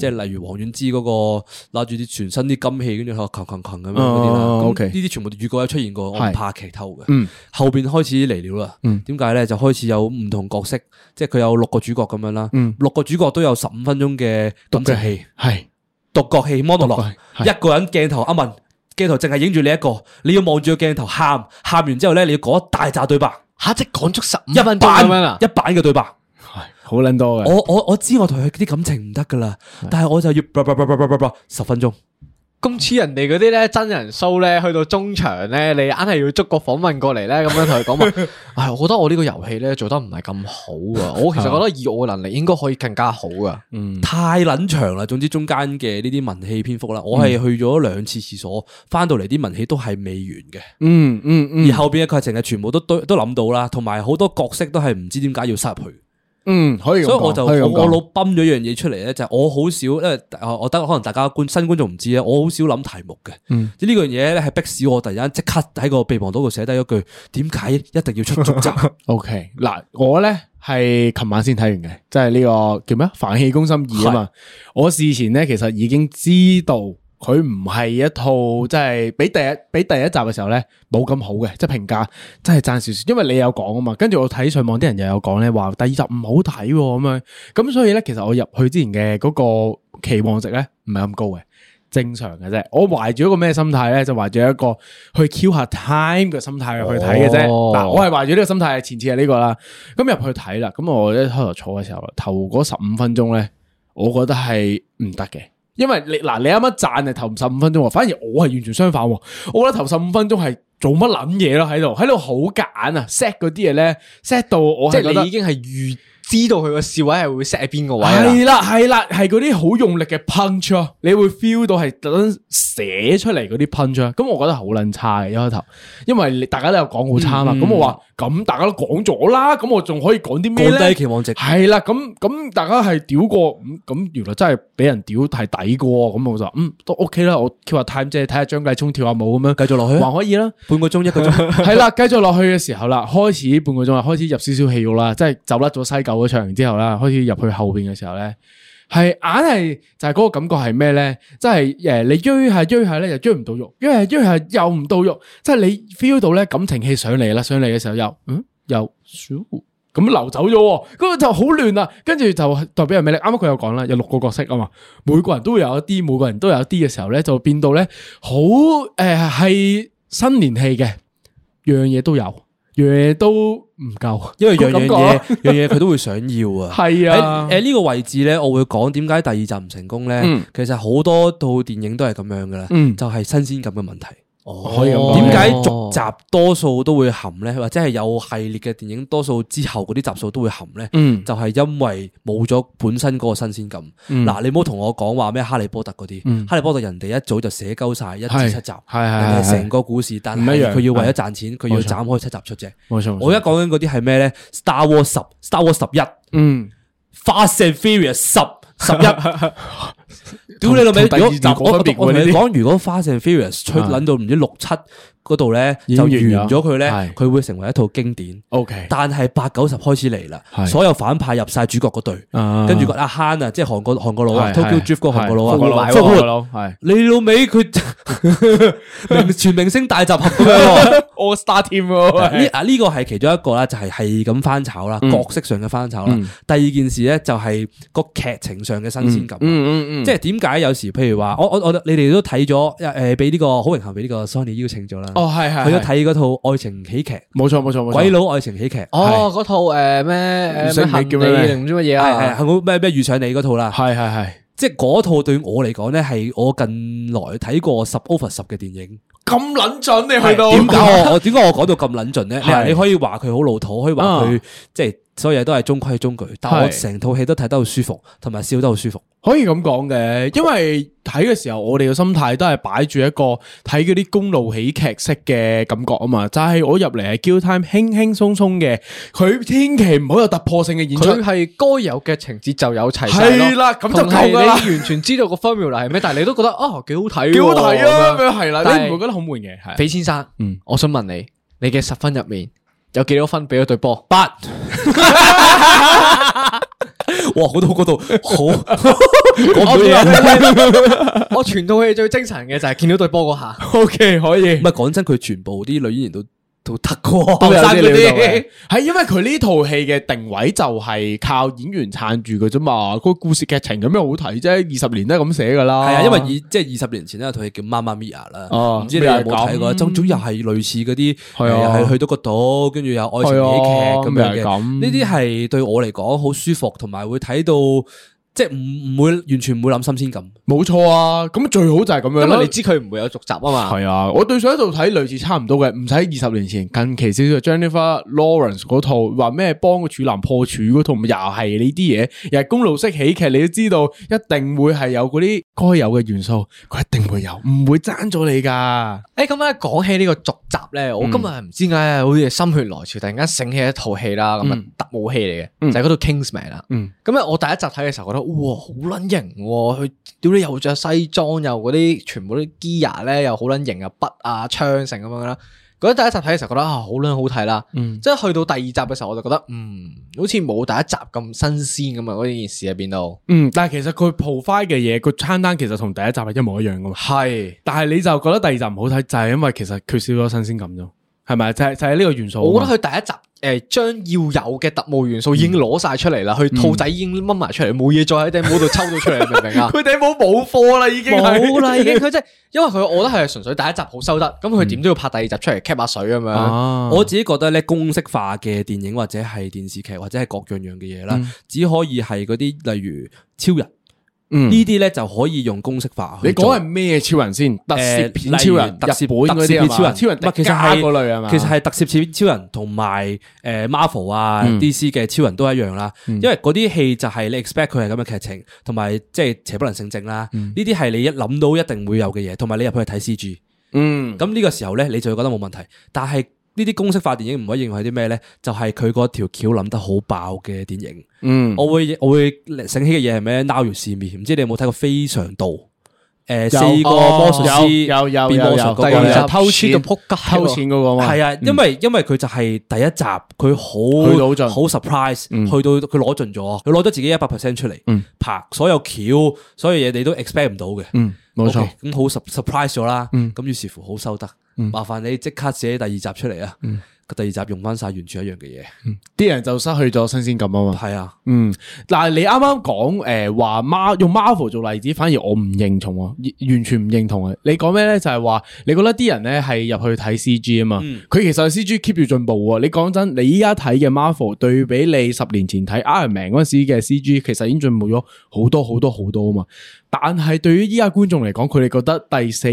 B: 即係例如黃遠之嗰個拿住啲全身啲金器，跟住哦喺度擒擒擒咁樣嗰啲啦。
C: 哦
B: 咁
C: OK
B: 呢啲全部預告有出現過，我唔
C: 係
B: 怕劇透嘅。
C: 嗯
B: 後邊開始嚟料啦。嗯點解咧？就開始有唔同角色，即係佢有六個主角咁樣啦。六個主角都有十五分鐘嗯嘅感情戲。
C: 係
B: 獨角戲 monologue，
C: 係
B: 一個人鏡頭阿文鏡頭淨係影住你一個，你要望住個鏡頭喊，喊完之後咧你要講一大扎對白，
A: 吓即係講足十
B: 一
A: 五
B: 版
A: 分鐘咁樣啊
B: 一！版嘅對白。
C: 好撚多嘅。
B: 我我我知我同佢啲感情唔得噶啦，但係我就要十分鐘。
A: 咁似人哋嗰啲咧真人 show 咧，去到中場咧，你硬係要捉個訪問過嚟咧，咁樣同佢講 話。唉，我覺得我呢個遊戲咧做得唔係咁好啊，我其實覺得以我嘅能力應該可以更加好啊噶。
B: 嗯太撚長啦，總之中間嘅呢啲文戲篇幅啦，我係去咗兩次廁所，翻到嚟啲文戲都係未完嘅。
C: 嗯嗯嗯
B: 而後邊嘅劇情係全部都都都諗到啦，同埋好多角色都係唔知點解要塞入去。
C: 嗯，可以咁講。
B: 所以我就
C: 可以咁
B: 我
C: 講
B: 我腦泵咗一樣嘢出嚟咧，就係我好少，因為呃我得可能大家觀新觀眾唔知咧，啊我好少諗題目嘅。
C: 嗯
B: 即係呢樣嘢咧係逼使我突然間即刻喺個備忘錄度寫低一句點解一定要出續集？
C: OK，嗱，我咧係琴晚先睇完嘅，即係呢個叫咩《凡氣攻心二》啊嘛。我事前咧其實已經知道佢唔係一套即係比第一比第一集嘅時候咧冇咁好嘅，即係評價真係爭少少，因為你有講啊嘛。跟住我睇上網啲人又有講咧話第二集唔好睇喎咁樣，咁所以咧其實我入去之前嘅嗰個期望值咧唔係咁高嘅。正常嘅啫，我懷住一個咩心態咧，就懷住一個去 Q 下 time 嘅心態去睇嘅啫。嗱、我係懷住呢個心態，前次係呢個啦。咁入去睇啦，咁我一開頭坐嘅時候，頭嗰十五分鐘咧，我覺得係唔得嘅，啊因為你嗱你啱啱讚係頭十五分鐘喎，反而我係完全相反喎。我覺得頭十五分鐘係做乜撚嘢咯喺度，喺度好揀啊！set 嗰啲嘢咧，set 到我
A: 即
C: 係
A: 係
C: 覺得
A: 你已經係預知道佢個笑位係會 set 喺邊個位啊
C: 係啦，係啦，係嗰啲好用力嘅 punch 啊，你會 feel 到係特登寫出嚟嗰啲 punch 啊，咁我覺得好撚差嘅一開頭，因為你大家都有講好差嘛，
B: 嗯
C: 咁我話咁大家都講咗啦，咁我仲可以講啲咩
B: 降
C: 咧
B: 低？期望值。
C: 係啦，咁咁大家係屌過，咁咁原來真係俾人屌係抵過，咁我就嗯都 OK 啦，我 Q 下 time 啫，睇下張繼聰跳下舞咁樣，繼續落去
B: 啊
C: 還可 以啦，
B: 半個鐘一個鐘，
C: 係啦，繼續落去嘅時候啦，開始半個鐘啊，開始入少少戲肉啦，即係走甩咗西九嗰場之後啦，開始入去後邊嘅時候咧，係硬係就係嗰個感覺係咩咧？即係誒，你追下追下咧又追唔到肉，追下追下又唔到肉，即係你 feel 到咧感情戲上嚟啦，上嚟嘅時候又嗯又咁流走咗喎，咁就好亂啦。跟住就代表係咩咧？啱啱佢有講啦，有六個角色啊嘛，每個人都會有一啲，每個人都有一啲嘅時候咧，就變到咧好誒係新年戲嘅。樣嘢都有，樣嘢都唔夠，
B: 因 為樣樣嘢樣嘢佢
C: 都
B: 都會想要啊。
C: 係啊
B: 喺誒呢個位置咧，我會講點解第二集唔成功咧
C: 嗯？
B: 其實好多套電影都係咁樣噶啦，
C: 嗯
B: 就係新鮮感嘅問題。
C: 可以咁講
B: 點解續集多數都會含咧，或者係有系列嘅電影多數之後嗰啲集數都會含咧？
C: 嗯
B: 就係因為冇咗本身嗰個新鮮感。
C: 嗯
B: 嗱，你唔好同我講話咩哈利波特嗰
C: 嗯
B: 啲，哈利波特人哋一早就寫鳩晒一
C: 係
B: 至七集，
C: 係係
B: 人哋
C: 係
B: 成個故事，但
C: 唔一
B: 係
C: 樣
B: 佢要為咗
C: 係
B: 賺錢，佢要
C: 冇錯
B: 斬開七集出啫。
C: 冇錯冇錯
B: 我而家講緊嗰啲係咩咧？Star Wars 十、Star Wars 十一、
C: 嗯
B: Fast and Furious 十、十 一。屌你老味！
C: 同
B: 如
C: 第二
B: 果
C: 集
B: 嗱我我
C: 冇分別喎
B: 我同
C: 呢
B: 你
C: 啲啊
B: 講，如果 Fast and Furious 出撚到唔知六七嗰度咧，
C: 已
B: 就
C: 經
B: 完
C: 完咗
B: 咗佢咧，
C: 係
B: 佢會成為一套經典。
C: OK
B: 但係八九十開始嚟啦，
C: 係
B: 所有反派入晒主角嗰隊，
C: 啊
B: 跟住個阿Han 啊，即係韓國韓國佬啊
C: 係
B: ，Tokyo
C: 係
B: Drift 嗰個韓國
C: 係韓國
B: 佬啊，
C: 佬
B: 復活
C: 韓國佬係
B: 你老味佢 明全明星大集合咁樣喎。
C: All Star Team
B: 呢啊呢個係其中一個啦，就係係咁翻炒啦，
C: 嗯
B: 角色上嘅翻炒啦
C: 嗯。
B: 第二件事咧就係個劇情上嘅新鮮感。啊
C: 嗯嗯嗯
B: 即係點解有時譬如話，我我我你哋都睇咗誒，俾呢個好榮幸俾呢個 Sony 邀請咗啦。
C: 哦係係
B: 去咗
C: 係
B: 睇嗰套愛情喜劇，
C: 冇錯冇錯冇錯
B: 鬼佬愛情喜劇。
A: 哦，嗰套誒咩
B: 唔
A: 誒
B: 識
A: 咩
B: 唔
A: 行
B: 識
A: 李
B: 叫咩名
A: 定唔知乜嘢
B: 係係
A: 啊？
B: 係好咩咩遇上你嗰套啦，
C: 係係係，
B: 即係嗰套對我嚟講咧，係我近來睇過十 over 十嘅電影。
C: 咁撚準你 去到
B: 點解我我點解我講到咁撚盡咧？你話
C: 係
B: 你可以話佢好老土，可以話佢
C: 啊
B: 即係所有嘢都係中規中矩，但我
C: 係
B: 成套戲都睇得好舒服，同埋笑得好舒 服。
C: 可以咁講嘅，因為睇嘅時候我哋嘅心態都係擺住一個睇嗰啲公路喜劇式嘅感覺啊嘛，就係、我入嚟係 Q time 輕輕鬆鬆嘅，佢千祈唔好有突破性嘅演出。
A: 佢係該有嘅情節就有齊晒咯
C: 係啦咁就
A: 同係
C: 夠㗎啦
A: 你完全知道個 formula 係咩，但係你都覺得哦幾好睇喎，
C: 幾好睇啊
A: 咁樣
C: 咁樣係啦
A: 但係
C: 你唔會覺得好悶嘅係
A: 匪先生，
C: 嗯，
A: 我想問你，你嘅十分入面有幾多分俾咗對波？
B: 八。哇！嗰度嗰度好，
A: 我
B: 講唔到
A: 全 我全套戲最精神嘅就係見到對波嗰下。
C: O K，可以。
B: 唔係講真，佢全部啲女演員都都得過，
C: 都有
B: 後生
C: 啲
B: 嗰
C: 料 到嘅，係因為佢呢套戲嘅定位就係靠演員撐住嘅啫嘛，個故事劇情有咩好睇啫？二十年都係咁寫噶啦，
B: 係啊，因為以即係二十年前咧，有套戲叫《媽媽咪呀》啦，
C: 哦
B: 唔知你有冇睇過？
C: 咩係咁
B: 總總又係類似嗰啲，
C: 係啊
B: 誒係去到個島，跟住有愛情喜劇咁
C: 係啊
B: 樣
C: 咩係
B: 嘅。
C: 咁
B: 呢啲係對我嚟講好舒服，同埋會睇到即係唔唔會完全唔會諗新鮮感。
C: 冇錯啊，咁最好就係咁樣啦，
B: 因為你知
A: 佢唔會有續集啊嘛
C: 係啊，我對上一套睇類似差唔多嘅，唔使二十年前，近期少少就 Jennifer Lawrence 嗰套話咩幫個處男破處嗰套，咪又係呢啲嘢，又係公路式喜劇，你都知道一定會係有嗰啲該有嘅元素，佢一定會有，唔會爭咗你噶。
A: 誒，咁咧講起呢個續集咧，
C: 嗯
A: 我今日唔知點解好似心血來潮，突然間醒起一套戲啦，咁啊
C: 嗯
A: 特務戲嚟嘅，
C: 嗯
A: 就係嗰套 Kingsman 啦。
C: 嗯
A: 咁咧我第一集睇嘅時候覺得，哇，好撚型喎！佢屌你又着西裝，又嗰啲全部啲 gear 咧，又好撚型啊，筆啊、槍成咁樣啦。覺得第一集睇嘅時候覺得啊，好撚好睇啦。
C: 嗯
A: 即係去到第二集嘅時候，我就覺得嗯，好似冇第一集咁新鮮咁啊！嗰件事入邊度。
C: 嗯，但係其實佢 provide 嘅嘢，個餐單其實同第一集係一模一樣噶嘛。
A: 係，
C: 但係你就覺得第二集唔好睇，就係因為其實缺少咗新鮮感啫，係咪？就係、就係、呢個元素啊嘛。
A: 我覺得佢第一集诶，将要有嘅特務元素已經攞晒出嚟啦，佢兔仔已經掹埋出嚟，冇嘢再喺頂帽度抽到出嚟，你明唔明啊？
C: 佢哋冇冇貨啦，已經係
A: 冇啦，已經佢即係，因為佢我覺得係純粹第一集好收得，咁佢點都要拍第二集出嚟 cap 下水咁
C: 啊
A: 樣。
B: 我自己覺得咧，公式化嘅電影或者係電視劇或者係各樣樣嘅嘢啦，只可以係嗰啲例如超人。
C: 嗯
B: 呢啲咧就可以用公式化去
C: 你
B: 做。
C: 講係咩超人先？特攝片
B: 誒
C: 超
B: 例
C: 人、
B: 如
C: 特
B: 特
C: 攝
B: 攝
C: 本嗰
B: 特攝
C: 啲
B: 片
C: 超
B: 超
C: 人、
B: 人，啊唔
C: 超人
B: 係
C: 特
B: 其實
C: 加
B: 係
C: 嗰類係啊嘛？
B: 其實係特攝片超人同埋誒 Marvel 啊、
C: 嗯
B: DC 嘅超人都一樣啦，
C: 嗯
B: 因為嗰啲戲就係你 expect 佢係咁嘅劇情，同埋即係邪不能勝正啦。呢啲係你一諗到一定會有嘅嘢，同埋你入去睇 CG。
C: 嗯，
B: 咁呢個時候咧，你就會覺得冇問題。但係呢啲公式化電影唔可以認為係啲咩咧？就係佢嗰條橋諗得好爆嘅電影。
C: 嗯
B: 我會我會醒起嘅嘢係咩？Now You See Me，唔知你有冇睇過《非常道》？誒，四個魔術
C: 哦有有有
B: 師變魔術嗰個
C: 有有
B: 咧
C: 有偷錢嘅
A: 仆街
C: 偷錢嗰個嘛嗯
B: 係啊，因為因為佢就係第一集，佢好
C: 去到好盡
B: 好 surprise，
C: 嗯
B: 去到佢攞盡咗，佢攞咗自己一百 percent 出嚟
C: 嗯，
B: 拍所有橋，所有嘢你都 expect 唔到嘅。
C: 嗯冇錯
B: OK，咁好 sur- surprise 咗啦。
C: 嗯
B: 咁於是乎好收得，
C: 嗯
B: 麻煩你即刻寫第二集出嚟啊。個第二集用翻晒完全一樣嘅嘢。
C: 啲人就失去咗新鮮感啊嘛。
B: 係啊，
C: 嗯，但係你啱啱講诶話 Mar 用 Marvel 做例子，反而我唔認同喎，完全唔認同啊！你講咩咧？就係話你覺得啲人咧係入去睇 CG 啊嘛，
B: 嗯
C: 佢、其實 CG keep 住進步喎。你講真，你依家睇嘅 Marvel 對比你十年前睇 Iron Man 嗰阵时嘅 CG，其實已經進步咗好多好多好多啊嘛。但係對於依家觀眾嚟講，佢哋覺得第四。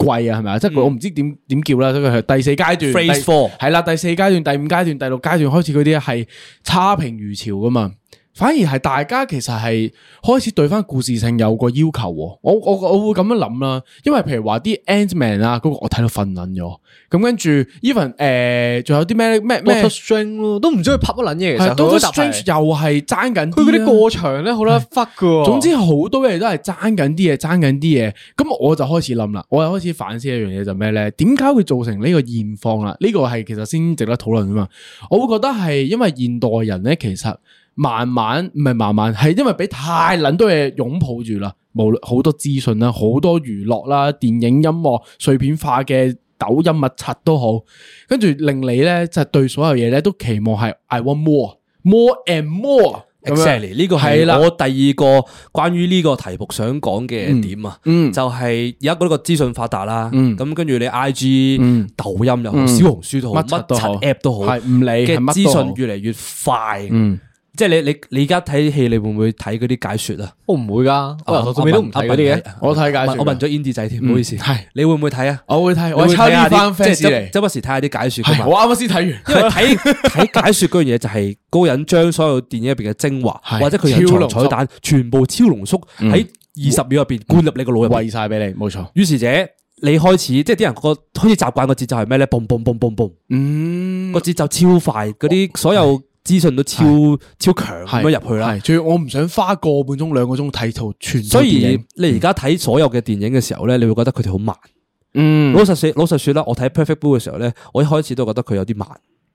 C: 季啊，係咪啊？即係佢我唔知點點叫啦，即係佢第四階段
B: 嗯 Phase
C: 第
B: four
C: 系啦，第四階段、第五階段、第六階段開始嗰啲係差評如潮噶嘛，反而係大家其實係開始對翻故事性有個要求喎。我我我會咁樣諗啦，因為譬如話啲 Ant-Man 啊，嗰、個我睇到瞓撚咗，咁跟住 even 诶、仲有啲咩咩咩
A: Doctor Strange 咯，都唔知佢拍乜撚嘢。其
C: 係
A: 實
C: Doctor
A: 佢嗰集
C: Strange
A: 係
C: 又係爭緊啊
A: 佢嗰啲啊
C: 啦
A: 過場咧，好啦 fuck 噶喎。
C: 總之好多嘢都係爭緊啲嘢，爭緊啲嘢。咁我就開始諗啦，我又開始反思一樣嘢就咩咧？點解會造成呢個現況啦？呢、個係其實先值得討論啊嘛。我會覺得係因為現代人咧，其實慢慢唔係慢慢，係因為俾太撚多嘢擁抱住啦，無論好多資訊啦，好多娛樂啦，電影、音樂、碎片化嘅。抖音密刷都好，跟住令你咧就對所有嘢咧都期望係 I want more, more and more 咁樣。
B: exactly 呢個
C: 係啦
B: 係我第二個關於呢個題目想講嘅點啊，
C: 嗯
B: 就係而家嗰個資訊發達啦，
C: 嗯
B: 咁跟住你 I G
C: 嗯、
B: 抖音又好、
C: 嗯
B: 小紅書都好、
C: 乜柒
B: 乜
C: 都好
B: 柒 app 都好，
C: 係唔理係
B: 嘅
C: 乜
B: 資
C: 都好
B: 訊越嚟越快，
C: 嗯
B: 即係你你你而家睇戲，你會唔會睇嗰啲解說啊？
A: 我唔會噶，
C: 哦
A: 我由頭哦到尾都唔睇嗰啲嘅。
C: 我睇解說
B: 我問我問咗 Indy 仔添，唔好意思，
C: 嗯係
B: 你會唔會睇啊？
C: 我會睇，
B: 你
C: 我
B: 會
C: 係抄
B: 睇下
C: 呢班
B: 啲即
C: fans
B: 係
C: 嚟
B: 周。周不時睇下啲解說
C: 係
B: 㗎
C: 我
B: 嘛。
C: 啱啱先睇完，
B: 因為 睇睇解說嗰樣嘢就係高人將所有電影入邊嘅精華，
C: 係
B: 或者佢隱
C: 超
B: 藏
C: 濃縮
B: 彩蛋，全部超濃縮
C: 嗯
B: 喺二十秒入邊灌入你個腦入邊。
C: 喂晒俾你，冇錯。
B: 於是者，你開始即係啲人個開始習慣個節奏係咩咧？嘣嘣嘣嘣嘣，
C: 嗯，哦
B: 個節奏超快，嗰啲所有資訊都超超強咁樣入去啦
C: 係。仲要我唔想花個半鐘兩個鐘睇套全套
B: 所
C: 電
B: 以
C: 影。
B: 你而家睇所有嘅電影嘅時候咧，你會覺得佢哋好慢。
C: 嗯
B: 老實說，老實說啦，我睇 Perfect Blue 嘅時候咧，我一開始都覺得佢有啲慢，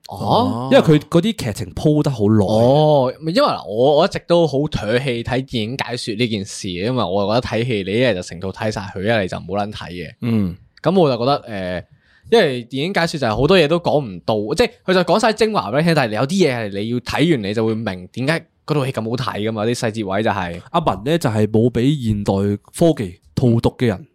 A: 哦
B: 因為佢嗰啲劇情鋪得好耐。
A: 哦，因為嗱我我一直都好唾棄睇電影解說呢件事，因為我覺得睇戲你一係就成套睇晒佢，一係你就冇撚睇嘅。
C: 嗯
A: 咁我就覺得誒、呃因為電影解說就係好多嘢都講唔到，即係佢就講晒精華俾你聽，但係有啲嘢係你要睇完你就會明點解嗰套戲咁好睇噶嘛，啲細節位就係、
B: 阿文咧就係冇俾現代科技套毒嘅人，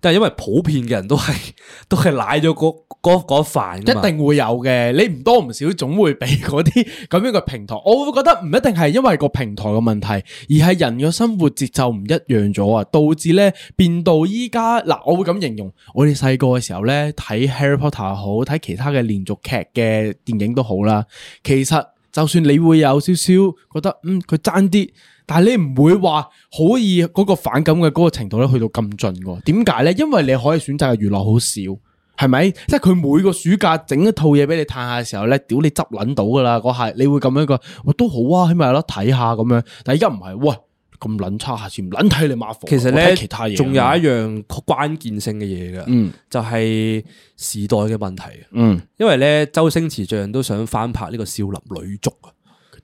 B: 但係因為普遍嘅人都係 都係賴咗嗰嗰嗰飯
C: 一
B: 㗎嘛
C: 定會有嘅，你唔多唔少總會俾嗰啲咁樣嘅平台。 我會覺得唔一定係因為個平台嘅問題，而係人嘅生活節奏唔一樣咗啊，導致咧變到依家嗱，我會咁形容，我哋細個嘅時候咧睇 Harry Potter 又好，睇其他嘅連續劇嘅電影都好啦，其實。就算你會有少少覺得嗯佢爭啲，但係你唔會話可以嗰個反感嘅嗰個程度咧去到咁盡喎。點解咧？因為你可以選擇嘅娛樂好少。係咪？即係佢每個暑假整一套嘢俾你嘆下嘅時候咧，屌你執撚到噶啦！嗰下你會咁樣個，喂都好啊，起碼有得睇下咁樣。但係而家唔係，喂咁撚差，下次唔撚睇你 m a
B: 其實
C: 我
B: 咧，
C: 睇其他嘢啊
B: 仲有一樣關鍵性嘅嘢嘅，
C: 嗯
B: 就係時代嘅問題。啊
C: 嗯
B: 因為咧，周星馳最近都想翻拍呢個《少林女足》啊，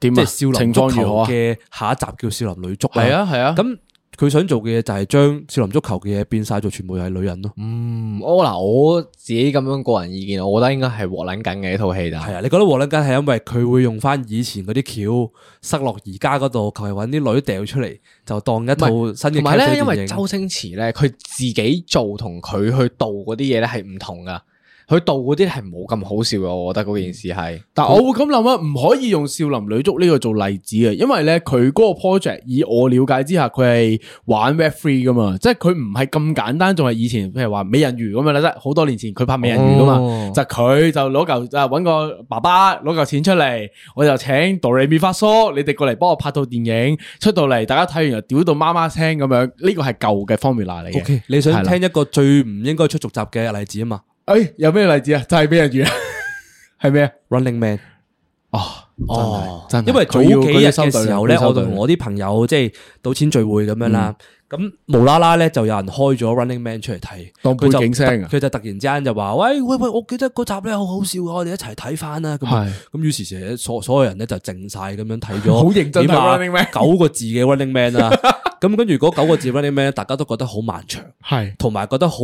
C: 點
B: 即
C: 啊？
B: 係《少林
C: 情
B: 足
C: 況
B: 球
C: 如何》啊？
B: 嘅下一集叫《少林女足》
C: 係啊係啊
B: 咁佢想做嘅嘢就係將少林足球嘅嘢變晒做全部係女人咯。
A: 嗯，我嗱我自己咁樣個人意見，我覺得應該係鑊撚緊嘅呢套戲就係
B: 係啊，你覺得黃撚緊係因為佢會用翻以前嗰啲橋塞落而家嗰度，求其揾啲女掉出嚟，就當一套
A: 唔係
B: 新嘅
A: 同埋咧，因
B: 為
A: 為周星馳咧，佢自己做同佢去導嗰啲嘢咧係唔同噶。佢導嗰啲係冇咁好笑嘅，我覺得嗰件事係。
C: 但我會咁諗啊，唔可以用少林女足呢個做例子嘅，因為咧佢嗰個 project 以我了解之下，佢係玩 Web Three 噶嘛，即係佢唔係咁簡單，仲係以前譬如話美人魚咁樣啦，即係好多年前佢拍美人魚噶嘛，
A: 哦
C: 就佢就攞嚿啊揾個爸爸攞嚿錢出嚟，我就請哆瑞咪發叔，你哋過嚟幫我拍套電影，出到嚟大家睇完又屌到媽媽聲咁樣，呢個係舊嘅 formula 嚟嘅。
B: OK，你想
C: 係啦
B: 聽一個最唔應該出續集嘅例子啊嘛？
C: 诶，哎有咩例子啊？就係俾人魚啊，係咩啊
B: ？Running Man
C: 哦，真係
B: 因為早
C: 佢要
B: 幾日
C: 佢要收
B: 嘅
C: 隊
B: 時候
C: 啦
B: 咧，
C: 佢要
B: 我
C: 收隊嗯
B: 同我啲朋友即係賭錢聚會咁樣啦，咁無啦啦咧就有人開咗 Running Man 出嚟睇，
C: 當
B: 佢就
C: 背景聲啊
B: 突佢就突然之間就話：喂喂喂，我記得嗰集咧好好笑啊，我哋一齊睇翻啦。咁
C: 係
B: 咁於是成所所有人咧就靜晒咁樣睇咗，
C: 好認真睇啊
B: 起碼
C: Running Man
B: 九個字嘅 Running Man 啦。 咁跟住嗰九個字 Running Man，大家啊都覺得好漫長，
C: 係
B: 同埋覺得好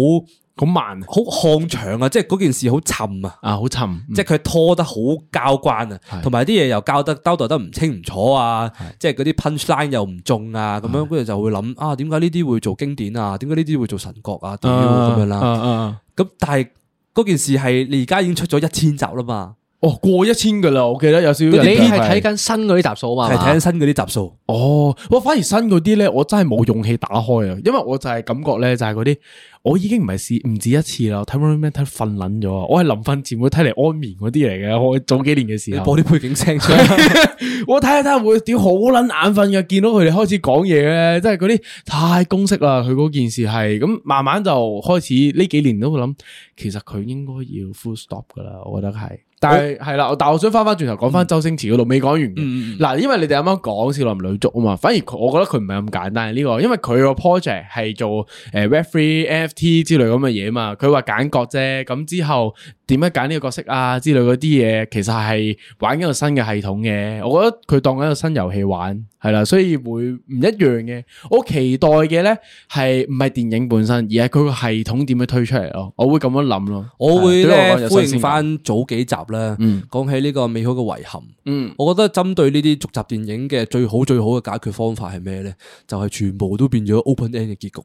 C: 好慢，
B: 好看長啊，即係嗰件事好沉啊。
C: 啊，好沉，
B: 即係佢拖得好交關啊，同埋啲嘢又交得交代得唔清唔楚啊，即係嗰啲 punchline 又唔中啊，咁樣跟住就會諗啊，點解呢啲會做經典啊？點解呢啲會做神角啊？屌
C: 啊
B: 咁樣啦
C: 啊啊啊，
B: 咁但係嗰件事係你而家已經出咗一千集啦嘛，
C: 哦，過一千噶啦，我記得有少少印
A: 你
C: 象。
A: 係睇緊新嗰啲集數啊嘛？
B: 係睇緊新嗰啲集數。
C: 哦，我反而新嗰啲咧，我真係冇勇氣打開啊，因為我就係感覺咧，就係嗰啲我已經唔係試唔止一次啦，我睇 Running Man 睇瞓撚咗啊，我係臨瞓前會睇嚟安眠嗰啲嚟嘅，我早幾年嘅時
B: 你
C: 候。
B: 播啲背景聲 出嚟，
C: 我睇下睇下會屌好撚眼瞓嘅，見到佢哋開始講嘢咧，即係嗰啲太公式啦。佢嗰件事係咁，慢慢就開始呢幾年都會諗，其實佢應該要 full stop 噶啦，我覺得係。但係係啦，但我想翻翻轉頭講翻周星馳嗰度未講完嘅。嗱、因為你哋啱啱講少林女足啊嘛，反而佢我覺得佢唔係咁簡單呢、個，因為佢個 project 係做誒 referee NFT 之類咁嘅嘢嘛，佢話揀角啫，咁之後點樣揀呢個角色啊之類嗰啲嘢，其實係玩緊個新嘅系統嘅，我覺得佢當緊一個新遊戲玩，係啦，所以會唔一樣嘅。我期待嘅咧係唔係電影本身，而係佢個系統點樣推出嚟咯，我會咁樣諗咯。
B: 我會
C: 係對
B: 咧
C: 我有
B: 呼
C: 新
B: 應
C: 鮮感
B: 翻早幾集咧
C: 嗯，
B: 講起呢個美好嘅遺憾。
C: 嗯，
B: 我覺得針對呢啲續集電影嘅最好最好嘅解決方法係咩咧？就係全部都變咗 open end 嘅結局。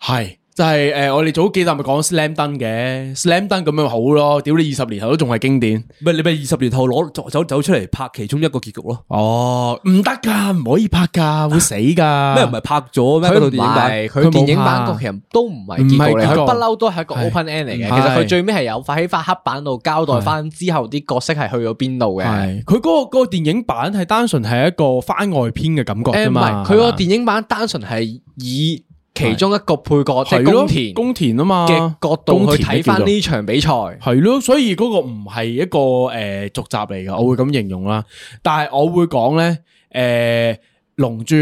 C: 係。就係、誒、我哋早幾集咪講 slam dunk 嘅 slam dunk 咁樣好咯，屌你二十年後都仲係經典。
B: 咪你咪二十年後攞走走走出嚟拍其中一個結局咯。
C: 哦，唔得噶，唔可以拍噶，會死 噶。
B: 咩唔係拍咗咩？
A: 佢
B: 嗰套
A: 唔
B: 電影版
A: 係佢電影版
C: 佢
A: 嗰
C: 冇拍
A: 其實都唔係結
C: 唔
A: 局嚟，
C: 係結局
A: 佢不嬲都係一個
C: 係
A: open end 嚟嘅。
C: 唔
A: 其
C: 係
A: 實佢最尾係有喺塊黑板度交代翻之後啲角色係去咗邊度嘅。
C: 係佢嗰個嗰個電影版係單純係一個番外篇嘅感覺
A: 誒
C: 啫
A: 唔
C: 嘛。
A: 係，佢個電影版單純係以其中一個配角即
C: 係
A: 係
C: 咯
A: 宮田
C: 宮田啊嘛
A: 嘅角度
C: 宮
A: 去睇
C: 田都叫
A: 翻
C: 做
A: 呢場比賽。
C: 係咯，所以嗰個唔係一個诶續集嚟噶，我會咁形容啦。但係我會講咧，诶、龍珠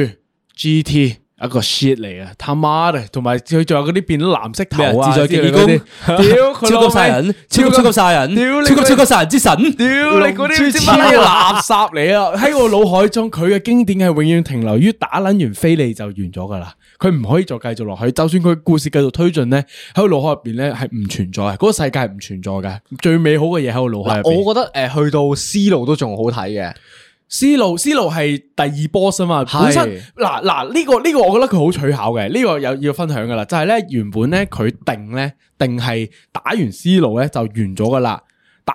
C: GT。一個 shit 嚟嘅，他媽嘅，同埋佢仲有嗰啲變咗藍色頭
B: 咩啊
C: 啊，
B: 自在
C: 之類
B: 極意
C: 嗰啲
B: 功
C: 屌佢
B: 超
C: 老
B: 級殺
C: 味
B: 人，超級超級殺人，
C: 屌你
B: 超級
C: 個
B: 超級殺人之神，
C: 屌你嗰啲唔知乜嘢垃圾嚟啊！喺我腦海中，佢嘅經典係永遠停留於打撚完飛利就完咗噶啦，佢唔可以再繼續落去。就算佢故事繼續推進咧，喺我腦海入邊咧係唔存在嘅，嗰、個世界係唔存在嘅。最美好嘅嘢喺我腦海入
A: 嗱，
C: 邊。
A: 我覺得誒去到 C 路都仲好睇嘅。
C: 思路思路係第二 boss 啊嘛，
A: 係
C: 本身嗱嗱呢個呢、個我覺得佢好取巧嘅，呢、個有要分享噶啦，就係咧原本咧佢定咧定係打完思路咧就完咗噶啦。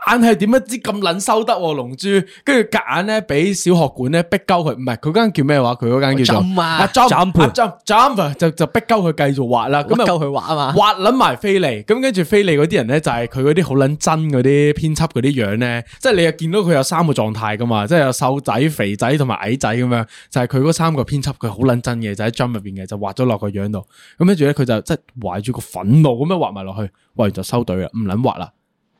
C: 但係點不知咁撚收得喎龍珠，跟住夾硬咧俾小學館咧逼鳩佢，唔係佢間叫咩話？佢嗰間叫做
A: Jump 啊
C: jump
B: Jump
C: 啊 jump jump 啊就就逼鳩佢繼續畫啦，咁啊
A: 咁夠佢畫啊嘛。
C: 挖捻埋菲利，咁跟住菲利嗰啲人咧就係佢嗰啲好捻真嗰啲編輯嗰啲樣咧，即係你又見到佢有三個狀態噶嘛，即係有瘦仔、肥仔同埋矮仔咁樣，就係佢嗰三個編輯佢好捻真嘅，就喺 jump 入邊嘅，就畫咗落個樣度，咁跟住咧佢就即係懷住個憤怒咁樣畫埋落去，畫完就收隊啦，啊唔捻畫啦，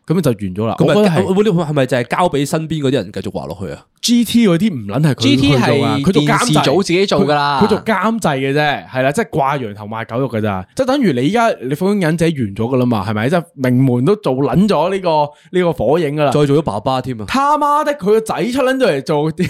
C: 咁就完咗啦。我覺得
B: 咁啊，
C: 係
B: 係咪就係交俾身邊嗰啲人繼續畫落去啊？
C: GT 嗰啲唔捻係佢
A: GT
C: 佢做㗎
A: 係電
C: 佢做監
A: 視
C: 製
A: 組自己做㗎啦
C: 佢佢做監製嘅啫，係啦，即係掛羊頭賣狗肉㗎咋，即係等於你依家你火影忍者完咗㗎啦嘛，係咪？即係名門都做捻咗呢個呢個火影㗎啦，
B: 再做咗爸爸添啊！
C: 他媽的佢個仔出捻咗嚟做，屌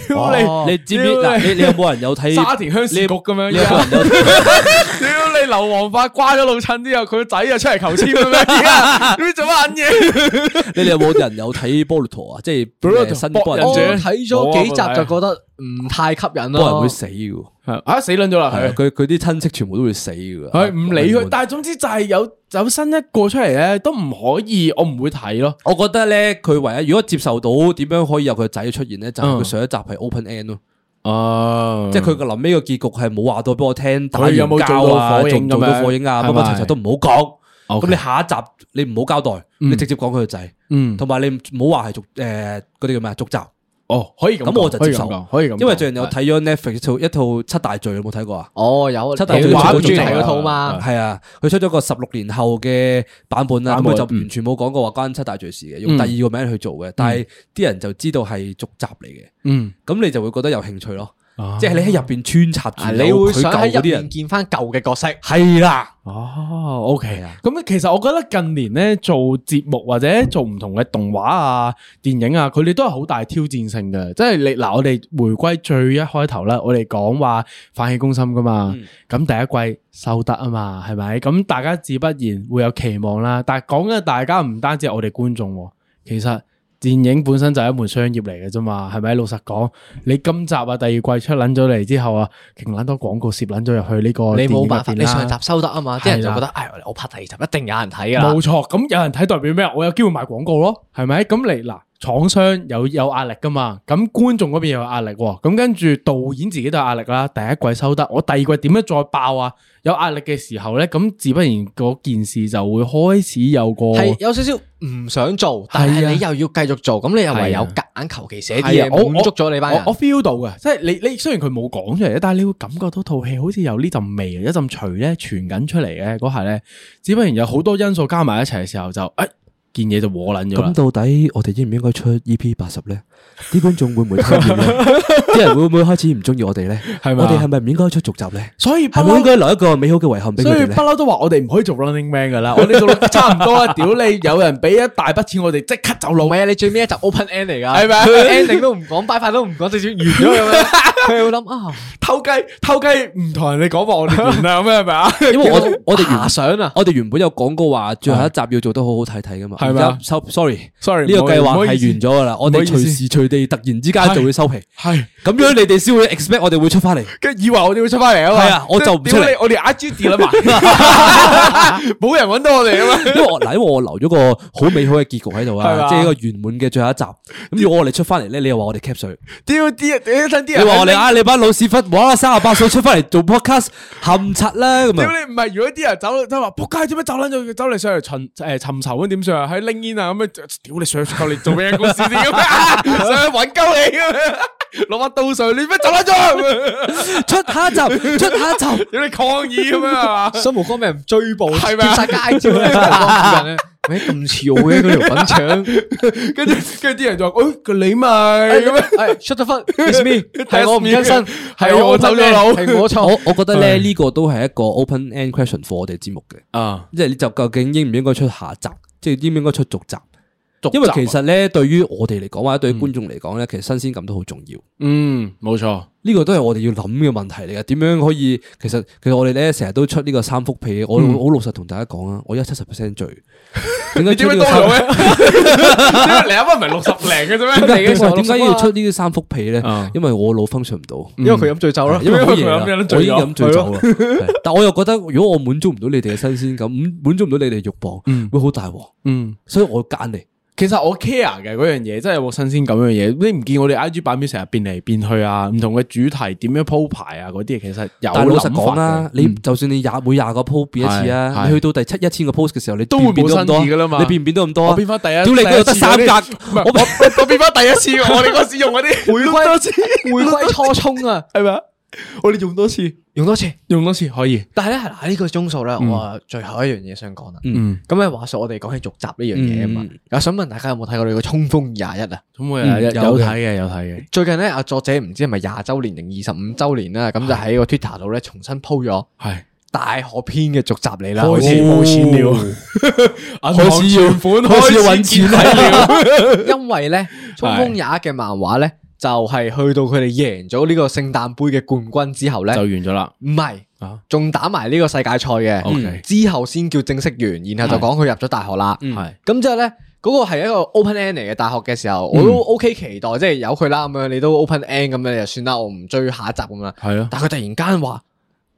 C: 你！
B: 你知唔知嗱？你你有冇人有睇
C: 沙田鄉事局咁樣，
B: 你有冇人有
C: 屌你流黃髮瓜咗老襯之後，佢個仔又出嚟求簽咁樣，而家你做乜撚嘢？
B: 你哋有冇人有睇《波魯陀》啊？即係
C: Boruto，
B: 誒新
C: 博
B: 波
C: 人
B: 人
A: 我
C: 者
B: 者，
A: 睇咗幾集就覺得唔太吸引
B: 波人
A: 咯
B: 會。死嘅喎。
C: 啊死撚咗啦
B: 係啊
C: 佢。
B: 佢佢啲親戚全部都會死噶，
C: 佢唔理佢，但系总之就係有有新一個出嚟咧，都唔可以，我唔會睇咯。
B: 我覺得咧，佢唯一如果接受到點樣可以有佢個仔出現咧，就係
C: 嗯
B: 佢上一集係 open end 咯。
C: 哦，
B: 即係佢個臨尾個結局係冇話到俾我聽，打
C: 佢有冇
B: 完交啊，
C: 做到
B: 做唔
C: 火影咁樣
B: 做到火影啊，
C: 係
B: 乜
C: 咪
B: 乜柒柒都唔好講。
C: OK
B: 咁你下一集你唔好交代，
C: 嗯
B: 你直接講佢個仔，
C: 嗯
B: 同埋你唔好話係續诶嗰啲叫咩啊續集。
C: 哦，可以咁講
B: 咁我就接受
C: 可以咁講，可以咁講
B: 因為最近我睇咗 Netflix 一套一套七大罪，有冇睇過啊？
A: 哦，有
B: 七大罪
A: 你
B: 出
A: 話
B: 咗
A: 唔中意
B: 續集
A: 睇嗰套嘛
B: 係啊，佢出咗個十六年後嘅版本啦，咁
A: 版
B: 佢
A: 本
B: 就完全冇講過話關七大罪事嘅，用
A: 嗯
B: 第二個名去做嘅，但係啲人就知道係續集嚟嘅。
C: 嗯，
B: 咁你就會覺得有興趣咯。
C: 啊
B: 即係你喺入边穿插住
A: 啊
B: 有
A: 你會
B: 佢
A: 想喺
B: 舊嗰
A: 入
B: 啲
A: 面
B: 人，
A: 見翻舊嘅角色，
B: 係啦，
C: 哦，OK 啊。咁其實我覺得近年咧做節目或者做唔同嘅動畫啊、電影啊，佢哋都係好大挑戰性嘅。即係你嗱，我哋回歸最一開頭啦，我哋講話反起攻心噶嘛。
A: 嗯
C: 咁、第一季收得啊嘛，係咪？咁大家自不然會有期望啦。但係講緊大家唔單止係我哋觀眾喎，其實。電影本身就係一門商業嚟嘅啫嘛，係咪？老實講，你今集啊第二季出撚咗嚟之後啊，勁撚多廣告攝撚咗入去呢個
A: 你
C: 電影
A: 冇
C: 入
A: 辦法，
C: 邊
A: 你
C: 啦
A: 上集收得啊嘛，啲人就覺
C: 係
A: 得，
C: 啦
A: 唉，我拍第二集一定有人睇噶啦。
C: 冇錯，咁有人睇代表咩？我有機會賣廣告咯，係咪？咁你嗱，廠商有有壓力噶嘛，咁觀眾嗰邊又有壓力喎，咁跟住導演自己都有壓力啦。第一季收得，我第二季點樣再爆啊？有壓力嘅時候咧，咁自不然嗰件事就會開始有個
A: 係有少少唔想做，但
C: 係
A: 係
C: 啊
A: 你又要繼續做，咁你又唯有
C: 係啊
A: 夾硬求其寫啲
C: 係啊
A: 嘢
C: 我
A: 滿足咗你班人
C: 我我。feel 到嘅，即係你你雖然佢冇講出嚟，但係你會感覺到套戲好似有呢陣味，啊有一陣除咧傳緊出嚟嘅嗰下咧，只不然有好多因素加埋一齊嘅時候就，誒件嘢就和撚咗啦
B: 咁。到底我哋應唔應該出 E.P. 八十咧？啲觀眾會唔會聽 厭咧？啲人會唔會開始唔中意我哋咧？
C: 係嘛
B: 我哋係咪唔應該出續集咧？
C: 所以不
B: 係咪
C: 嬲
B: 應該留一個美好嘅遺憾俾佢
C: 所以
B: 哋
C: 不
B: 咧？
C: 嬲都話我哋唔可以做 Running Man 噶啦，我哋做到差唔多啦。啊屌你，有人俾一大筆錢我哋，即刻走佬。
A: 唔係啊，你最尾一集 open end 嚟㗎，
C: 係咪
A: 佢 ending 都唔講，拜拜都唔講，直接完咗咁樣。佢會諗啊，
C: 偷雞偷雞唔同人哋講話我哋完啦，咁樣係咪啊？
B: 因為 我我哋原
A: 想啊，
B: 我哋原本有講過話最後一集要做得好好睇睇噶嘛，
C: 係咪
B: 而家收 sorry
C: Sorry，
B: 呢
C: 唔
B: 個
C: 好
B: 計
C: 意思
B: 劃係完咗噶啦，我哋
C: 唔好
B: 隨
C: 意思
B: 時隨地突然之間就會收皮，
C: 係，
B: 咁樣你哋先會 expect 我哋會出翻嚟。
C: 跟住以為我哋會出翻嚟啊嘛。
B: 係啊我就唔出嚟
C: 屌你，我哋 I G 跌啦嘛， 冇人揾到我 哋啊嘛。
B: 因為我嗱，因為我留咗個好美好嘅結局喺度
C: 係
B: 啊，
C: 嘛
B: 即係一個圓滿嘅最後一集。咁如果我哋出翻嚟咧，你又話我哋 cap 水，
C: 屌啲屌一陣啲
B: 你
C: 人，
B: 話我哋啊，你班老屎忽無啦啦三十八歲出翻嚟做 podcast 冚柒啦咁
C: 屌
B: 啊！
C: 你唔係，如果啲人走都話仆街，做咩走撚咗？走嚟上嚟尋誒尋仇咁點算啊？喺拎煙啊咁樣，屌你上夠你做咩公司先咁啊？上去揾鳩你咁樣，攞把刀上去，你咩走撚咗咁樣？
B: 出下一集，出下一 集，
C: 屌你抗議咁樣啊？
A: 所以無光俾人追捕，
C: 係咪啊
A: 貼晒街招咧，附近咧，咩咁似我嘅嗰條粉腸？
C: 跟住跟住啲人就話：，誒佢你咪咁樣。
A: 係 shut the fuck，it's me，係我唔更新，
C: 係我走咗佬
A: 係我 錯。
B: 我我覺得咧呢個都係一個 open end question for 我哋節目嘅。
C: 啊，
B: 即系你就究竟應唔應該出下集，即系應唔應該出續集？因
C: 啊
B: 為其實咧，對於我哋嚟講或者對於觀眾嚟講咧，其實新鮮感都好重要。
C: 嗯冇錯，
B: 呢個都係我哋要諗嘅問題嚟嘅。點樣可以？其實其實我哋咧成日都出呢個三幅被，我好好老實同大家講啊，我一七十 percent 醉，點解
C: 你點
B: 出呢
C: 解
B: 個
C: 多
B: 三
C: 咗咧？你啱啱唔係六十零嘅啫咩？
B: 點解點解
A: 啊
B: 要出呢啲三幅被咧
C: 啊？
B: 因為我腦 function 唔到。
A: 因為佢飲醉酒 啦，
B: 因為好
C: 因
B: 嘢
C: 為佢
B: 啦
C: 飲飲
B: 我
C: 醉
B: 已經
C: 咗
B: 飲醉酒啦。係但我又覺得，如果我滿足唔到你哋嘅新鮮感，滿滿足唔到你哋嘅慾望，會好大鑊。
C: 嗯。
B: 所以我揀嚟。
C: 其實我 care 嘅嗰樣嘢，真係有冇新鮮感樣嘢。你唔見我哋 I G 版面成日變嚟變去啊，唔同嘅主題點樣鋪排啊，嗰啲其實有
B: 但係老實
C: 諗法
B: 講啦
C: 嘅，
B: 你
C: 嗯
B: 就算你廿每廿個 post 變一次
C: 係
B: 啊，
C: 係
B: 你去到第七一千個 post 嘅時候，你
C: 都
B: 會
C: 會
B: 變到
C: 冇
B: 咁
C: 新意
B: 多
C: 噶啦嘛。
B: 你變唔變到咁多啊？
C: 我變翻第一，
B: 屌你
C: 嗰
B: 嗰
C: 度
B: 度得三格，
C: 我我我變翻第一次，我哋嗰時用嗰啲
A: 回歸回歸初衷啊，
C: 係咪啊？我哋用多次，
A: 用多次。
C: 用多次可以。
A: 但係咧，係嗱呢個鐘數咧，我啊最後一樣嘢想講啦。
C: 嗯，
A: 咁咧，話說我哋講起續集呢樣嘢啊嘛，我想問大家有冇睇過你個《衝鋒廿一》啊？
C: 咁我有
A: 嗯
C: 有
A: 有嘅
C: 睇嘅，有睇嘅。
A: 最近咧，阿作者唔知係咪廿周年定二十五周年啦，咁就喺個 Twitter 度咧重新 po 咗
C: 係
A: 大學篇嘅續集嚟啦。
C: 開始冇錢
A: 開始要
C: 了，銀行存款
A: 開始要
C: 開
A: 搵
C: 始
A: 錢
C: 見底 了。
A: 因為咧《衝鋒廿一》嘅漫畫咧，就係去到佢哋贏咗呢個聖誕杯嘅冠軍之後咧，
C: 就完咗啦。
A: 唔係
C: 啊，哦
A: 仲打埋呢個世界賽嘅嗯
C: OK，
A: 之後先叫正式完，然後就講佢入咗大學啦。
C: 係
A: 咁之後咧，嗰個係一個 open end 嚟嘅大學嘅時候，我
C: 嗯
A: 都 OK 期待，即係由佢啦咁樣，你都 open end 咁樣你就算啦，我唔追下一集咁啦。
C: 系咯，
A: 但係佢突然間話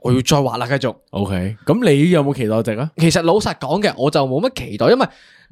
A: 我要再畫啦，繼續。
C: OK，咁你有冇期待值啊？
A: 其實老實講嘅，我就冇乜期待，因為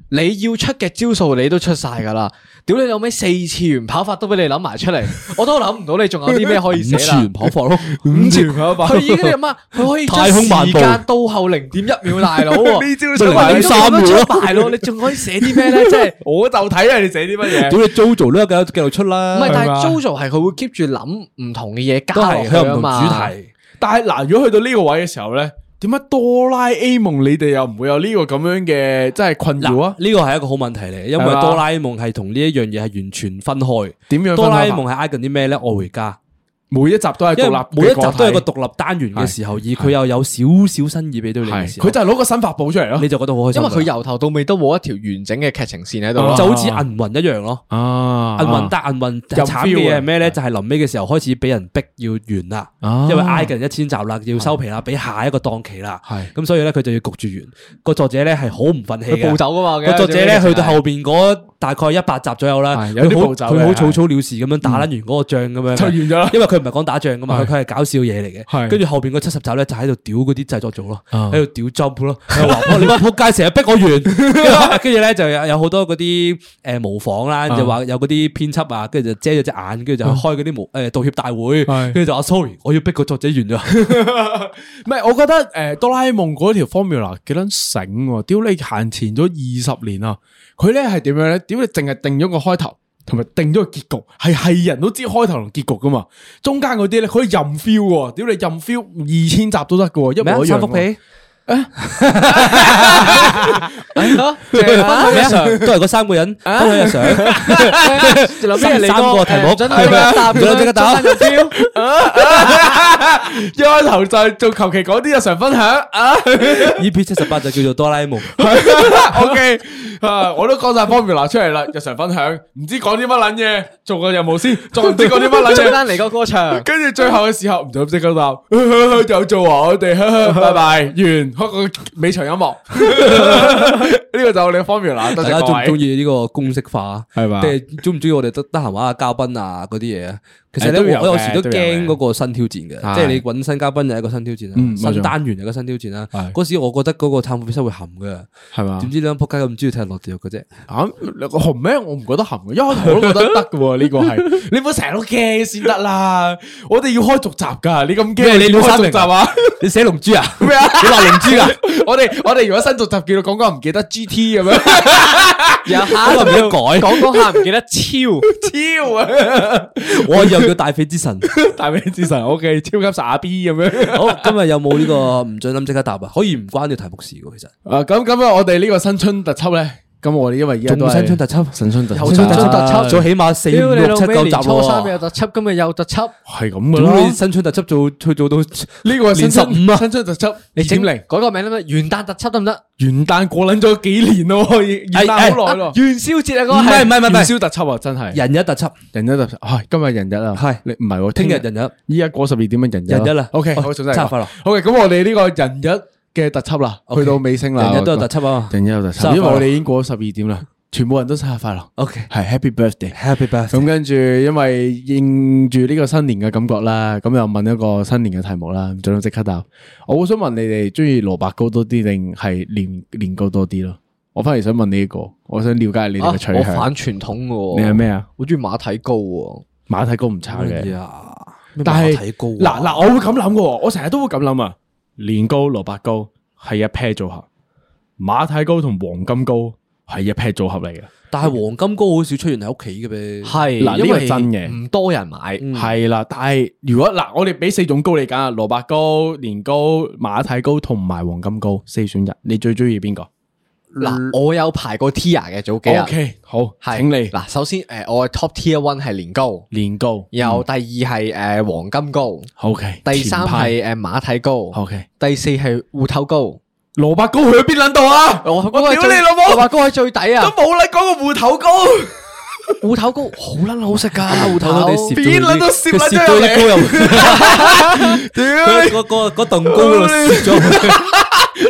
A: 你要出嘅招數你都出晒噶啦。屌你老尾四次元跑法都俾你諗埋出嚟，我都諗唔到你仲有啲咩可以寫
B: 五
A: 啦。
B: 次元跑法咯，
C: 五次元跑法
A: 佢已經你諗下，佢可以
B: 太空
A: 將
B: 漫
A: 時
B: 步
A: 間倒後零點一秒大佬喎。
C: 呢招
A: 你
C: 出埋
A: 都
C: 你三
A: 咁樣
C: 秒
A: 出埋咯，你仲可以寫啲咩咧？即係。
C: 我就睇下你寫啲乜嘢。
B: 屌你 Jojo 都繼續繼續出啦，
A: 唔係，但係
C: 嘛
A: Jojo 係佢會 keep 住諗唔同嘅嘢
B: 都
A: 加落
B: 哦係
A: 去
B: 佢有
A: 啊
B: 唔同
A: 嘛。
B: 主題。
C: 但係嗱，如果去到呢個位嘅時候咧，點解哆啦 A 夢你哋又唔會有呢個咁樣嘅即係困擾
B: 嗱，
C: 啊？
B: 呢個係一個好問題嚟，因為
C: 係嘛
B: 哆啦 A 夢係同呢一樣嘢係完全分開。
C: 點樣分開法
B: 哆啦 A 夢係挨近啲咩咧？愛回家，
C: 每一集都係
B: 因為
C: 獨立，
B: 每一集都有個。獨立單元嘅時候，而佢又有少少新意俾到你嘅
C: 係
B: 時候，
C: 佢就係攞個新法寶出嚟咯
B: 你。就覺得好開
A: 因
B: 心
A: 為
B: 㗎啦。
A: 佢由頭到尾都冇一條完整嘅劇情線喺度
C: 啊
A: 咯。
B: 就好似銀魂一樣咯。
C: 啊
B: 銀魂，但銀魂
C: 有
B: 慘
C: feel
B: 嘅嘢
C: 啊
B: 係咩咧？就係臨尾嘅時候開始俾人逼要完啦，
C: 啊
B: 因為挨近一千集啦，要收皮啦，俾下一個檔期啦。
C: 係
B: 咁，所以咧佢就要焗住完。個作者咧係好唔忿氣
A: 佢
B: 嘅
A: 暴走噶嘛。
B: 個作者咧去到後邊
A: 邊
B: 嗰大概一百集左右啦，
C: 係有啲
B: 佢好
C: 步驟
B: 佢好
C: 嘅
B: 草草了事咁樣打撚完嗰個仗咁樣
C: 就完咗啦
B: 因為佢唔係講打仗噶嘛，
C: 係
B: 佢係搞笑嘢嚟嘅。
C: 係
B: 跟住後邊嗰七十集咧就喺度屌嗰啲製作組咯，
C: 啊
B: 喺度屌 jump 咯，喺度話哇你班撲街成日逼我完，跟住跟住咧就有有好多嗰啲誒模仿
A: 啊
B: 啦，就話有嗰啲編輯啊，跟住就遮咗隻眼，跟住就開嗰啲模呃誒道歉大會，跟
C: 係
B: 住就話 sorry，我要逼個作者完咗。
C: 唔係，我覺得诶哆啦 A 夢嗰條 formula 幾撚醒喎，屌你行前咗二十年啊！佢咧係點樣咧？屌你淨係定咗個開頭，同埋定咗個結局，係係人都知開頭同結局噶嘛。中間嗰啲咧，佢任 feel 喎，屌你任 feel 二千集都得噶，一模一樣
B: 啊三
C: 喎。
B: 幅啊被， 啊
A: 分享日常，
B: 都係嗰三個人，
A: 啊
B: 分享日常。
A: 諗咩嚟
B: 三個題目
A: 真係答
B: 唔准即刻打
A: 真係有 feel
C: 一開頭就做求其講啲日常分享 啊
B: E.P. E 七十八就叫做哆啦 A 夢，
C: ，OK 啊，我都講晒 formula 出嚟啦，日常分享，唔知講啲乜撚嘢，做個任務先，再唔知講啲乜撚
A: 中
C: 嘢。
A: 間嚟個歌唱。
C: 跟住最後嘅時候唔想即刻答， 有做啊！我哋 拜拜完，開個尾場音樂。 呢個就我哋嘅 formula，多
B: 大
C: 謝
B: 家
C: 各
B: 中唔中
C: 位。
B: 意呢個公式化？
C: 係嘛
B: 即係中唔中意我哋得得閒玩下嘉賓啊嗰啲嘢啊？其實
C: 誒都
B: 咧，
C: 有
B: 我我有時
C: 嘅
B: 都
C: 都有嘅
B: 驚嗰個新挑戰
C: 係
B: 嘅，即係你揾新嘉賓又一個新挑戰啦，
C: 嗯冇錯
B: 新單元又一個新挑戰啦。
C: 係
B: 嗰時我覺得嗰個探訪室會含嘅，
C: 係嘛
B: 點知兩仆街咁中意踢人落地獄嘅啫？
C: 啊，你個含咩？我唔覺得含嘅，一開頭我都覺得得嘅喎。呢個係你唔好成日都驚先得啦。我哋要開續集㗎，你咁驚
B: 咩你
C: 要
B: 冇
C: 開
B: 三零
C: 續集 啊？
B: 你寫龍珠啊？
C: 咩啊？你話唔知啊？我哋我哋如果新續集叫到講講唔記得 GT 咁樣，
A: 然後下一
B: 唔記得
A: 個
B: 改
A: 講講下唔記得超，
C: 超啊！
B: 我又叫大匪之神。
C: 大美之神，OK，超級傻 B 咁樣。
B: 好，今日有冇呢個唔准諗即刻答啊？可以唔關呢個題目事嘅，其實。
C: 啊，咁咁啊，我哋呢個新春特輯咧，咁我哋因為而家都
B: 仲
C: 係
B: 新春特輯，
C: 新春特輯，
B: 又新春特輯，做起碼四
A: 屌
B: 五
A: 你
B: 六
A: 老
B: 七
A: 味
B: 九集
A: 年初三
B: 喎
A: 有。特輯，今日有特輯，
C: 係咁噶
B: 屌你
C: 啦。
B: 新春特輯做，佢做到
C: 呢個係
B: 年
C: 新春
B: 十五啊
C: 新春特輯
A: 你
C: 二
A: 整
C: 點
A: 嚟
C: 零，
A: 改個名啦咩？元旦特輯得唔得？
C: 元旦過撚咗幾年咯，元
B: 哎哎
C: 旦好耐咯。
A: 元宵節啊，嗰個
B: 唔係唔係唔係
C: 元宵特輯啊，真係
B: 人日特輯，
C: 人日特輯，唉，今日人日啊，
B: 係
C: 你唔係喎，
B: 聽
C: 聽
B: 日人日。
C: 依家過十二點啊，人日
B: 人日啦
C: OK，
B: 哦
C: 好，早晨，
B: 生日快樂。
C: OK，咁我哋呢個人日嘅特輯啦，
B: OK，
C: 去到尾聲啦，
B: 人日都有特輯啊嘛
C: 人日有特
B: 生日快樂
C: 輯，因為我哋已經過咗十二點啦，全部人都生日快樂。
B: OK，Happy
C: 係 Happy Birthday。
B: birthday。
C: 咁跟住，因為應住呢個新年嘅感覺啦，咁又問一個新年嘅題目啦，唔准即刻答。我好想問你哋中意蘿蔔糕多啲定係年年糕多啲咯？我反而想問呢、一個，我想了解你哋嘅
A: 啊
C: 取
A: 我
C: 向。
A: 反傳統嘅喎。
C: 你係咩啊？
A: 我中意馬蹄糕喎。
C: 馬蹄糕唔差
B: 哎
C: 嘅，
B: 呀，
C: 但係
B: 睇高
C: 嗱嗱，我會咁諗嘅喎，我成日都會咁諗啊。年糕、蘿蔔糕係一 pair 組合，馬蹄糕同黃金糕係一 pair 組合嚟嘅。
B: 但係黃金糕好少出現喺屋企嘅咩？
A: 係
C: 嗱呢
A: 因
C: 個
A: 為
C: 真嘅
A: 唔多人買。
C: 系啦，但係如果嗱，我哋俾四種糕你揀啊，蘿蔔糕、年糕、馬蹄糕同埋黃金糕四選一，你最中意邊個
A: 嗱，我有排過 Tia 嘅早幾日。
C: ？O K，好，
A: 係
C: 請你
A: 嗱，首先诶，誒我嘅 ờ, top tier one 係年糕，
C: 年糕。
A: 然後第二係诶黃金糕，
C: O K，
A: 第三係诶馬蹄糕
C: O K，
A: 第四係芋頭糕。我
C: 蘿蔔糕去咗邊撚度啊？
A: 我
C: 我屌你老母
A: 話糕喺最底
C: 都
A: 啊！
C: 冇撚講個芋頭糕，
A: 芋頭糕好撚好食㗎，芋頭
B: 偷偷
A: 糕
B: 地攝咗
C: 邊撚
B: 佢
C: 都
B: 啲
C: 攝
B: 佢
C: 撚
B: 攝
C: 咗
B: 咗啲
C: 入嚟
B: 高入，
C: 屌
B: 佢嗰個嗰棟高度攝咗，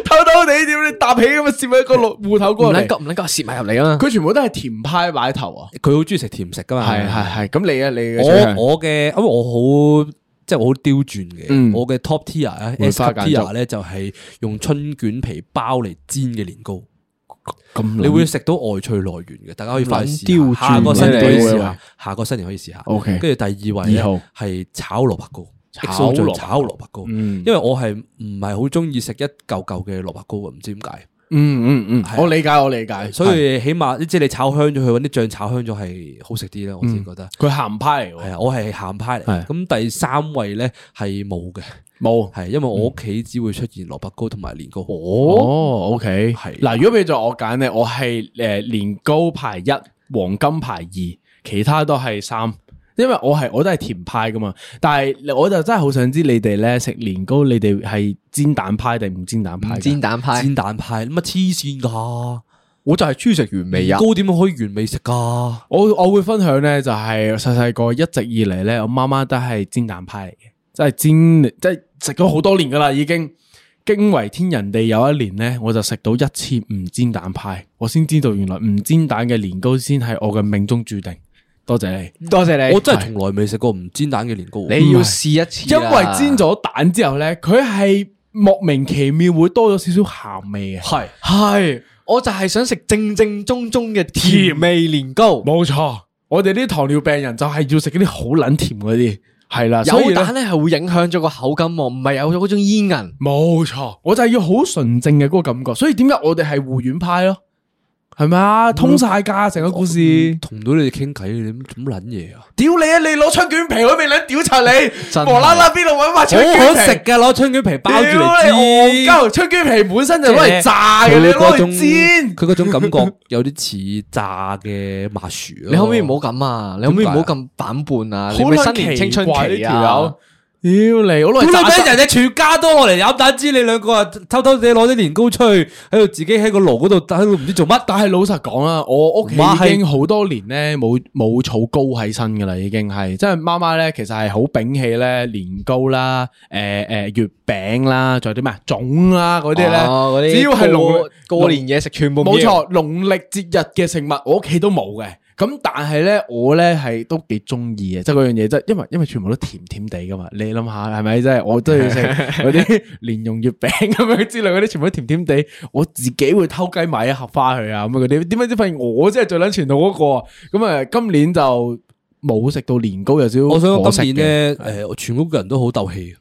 C: 偷偷地点你搭起咁啊，摄喺个路户口嗰
A: 唔
C: 度
A: 捻
C: 嚟
A: 急，唔捻急，摄埋入嚟啊！
C: 佢全部都系甜派擺頭啊！
B: 佢好中意食甜食噶嘛。
C: 係係係咁你啊你嘅取向
B: 我我嘅，因為我好即係我好刁鑽
C: 嗯
B: 嘅。我嘅 top tier 啊
C: 梅
B: ，S
C: 花
B: top
C: 間竹
B: tier 咧就係用春卷皮包嚟煎嘅年糕。
C: 咁
B: 你會食到外脆內軟嘅，大家可以快啲試
C: 咁刁
B: 下。下個新
C: 鑽
B: 年可以
C: 嘅
B: 試
C: 你
B: 下，下個新年可以試下。
C: OK
B: 跟住第二位咧
C: 二號
B: 係炒蘿蔔糕，
C: 炒
B: XO 醬
C: 蘿蔔
B: 炒蘿蔔糕。
C: 嗯
B: 因為我係唔係好中意食一嚿嚿嘅蘿蔔糕啊，唔知點解。
C: 嗯嗯嗯，我理解我理解，
B: 所以起碼即係你炒香咗佢，揾啲醬炒香咗係好食啲啦，
C: 嗯
B: 我自己覺得。
C: 佢鹹派嚟喎，
B: 係啊，我係鹹派嚟
C: 係
B: 嘅。咁第三位咧係冇嘅，
C: 冇
B: 係因為我屋
A: 嗯
B: 企只會出現蘿蔔糕同埋年糕。
C: 哦，OK，系嗱，如果俾咗我揀咧，我係诶年糕排一，黃金排二，其他都係三。因為我係我都係甜派噶嘛，但係我就真係好想知你哋咧食年糕，你哋係煎蛋派定唔煎蛋派㗎？
A: 煎蛋派，
B: 煎蛋派，乜黐線㗎？
A: 我就係啊中意食原味啊！
B: 糕點可以原味食㗎？
C: 我我会分享咧，就係細細個一直以嚟咧，我媽媽都係煎蛋派嚟嘅，即係煎，即係食咗好多年噶啦，已經驚為天人地有一年咧，我就食到一次唔煎蛋派，我先知道原來唔煎蛋嘅年糕先係我嘅命中注定。多謝你，
A: 多謝你
B: 我真係從來未食過唔煎蛋嘅年糕。
A: 你要試一次啊
C: 因
A: 啦，
C: 為煎咗蛋之後咧，佢係莫名其妙會多咗少少鹹味嘅，
B: 係
C: 係。
A: 我就係想食正正宗宗嘅甜味年糕，
C: 冇錯，我哋啲糖尿病人就係要食嗰啲好撚甜嗰啲，係啦，所以
A: 有蛋咧係會影響咗個口感喎，唔係有咗嗰種煙韌。
C: 冇錯，我就係要好純正嘅嗰個感覺，所以點解我哋係護院派咯？係咪啊？通晒㗎成個故事。
B: 同到你哋傾偈，你咁撚嘢啊？
C: 屌你啊！你攞春卷皮，我未撚屌柒
A: 真
C: 你，
A: 係
C: 無啦啦邊度搵塊春卷皮？
B: 好好食㗎，攞春卷皮包
C: 屌
B: 住
C: 你
B: 嚟
C: 戇
B: 煎。
C: 鳩！春卷皮本身就攞嚟炸嘅，
B: 佢
C: 你攞
B: 嗰種
C: 嚟煎。
B: 佢嗰種感覺有啲似炸嘅麻薯咯。
A: 你
C: 哦
A: 可唔可以唔好咁啊？你可唔可以唔好
B: 點解
A: 咁反叛啊？你
C: 好
A: 咪
C: 撚
A: 新年青春
C: 奇怪呢
A: 期
C: 條
A: 啊
C: 友！！屌你，我
B: 屌
C: 攞嚟
B: 你
C: 炸
B: 咩？人哋全家都落嚟飲蛋知你兩個啊偷偷地攞啲年糕出去，喺度自己喺個爐嗰度，喺度唔知做乜。
C: 但係老實講啦，我屋企
B: 哇
C: 已
B: 係
C: 經好多年咧冇冇儲糕喺身噶啦，已經係，即係媽媽咧其實係好摒棄咧年糕啦，诶、诶、月餅啦，仲有啲咩啊粽啦嗰啲咧，
A: 哦嗰啲
C: 只要係農
A: 過過年嘢食全部唔
C: 冇
A: 要
C: 錯，農曆節日嘅食物我屋企都冇嘅。咁但係咧，我咧係都幾中意嘅，即係嗰樣嘢，即係因為因為全部都甜甜地噶嘛。你諗下係咪？即係我 都要食嗰啲蓮蓉月餅咁樣之類嗰啲，全部都甜甜地。我自己會偷雞買一盒翻去啊咁嗰啲。點解知發現我真係最撚傳統嗰、個？咁啊，今年就冇食到年糕，有少少
B: 我想講
C: 可惜
B: 今
C: 嘅
B: 年咧，诶，全屋嘅人都好鬥氣。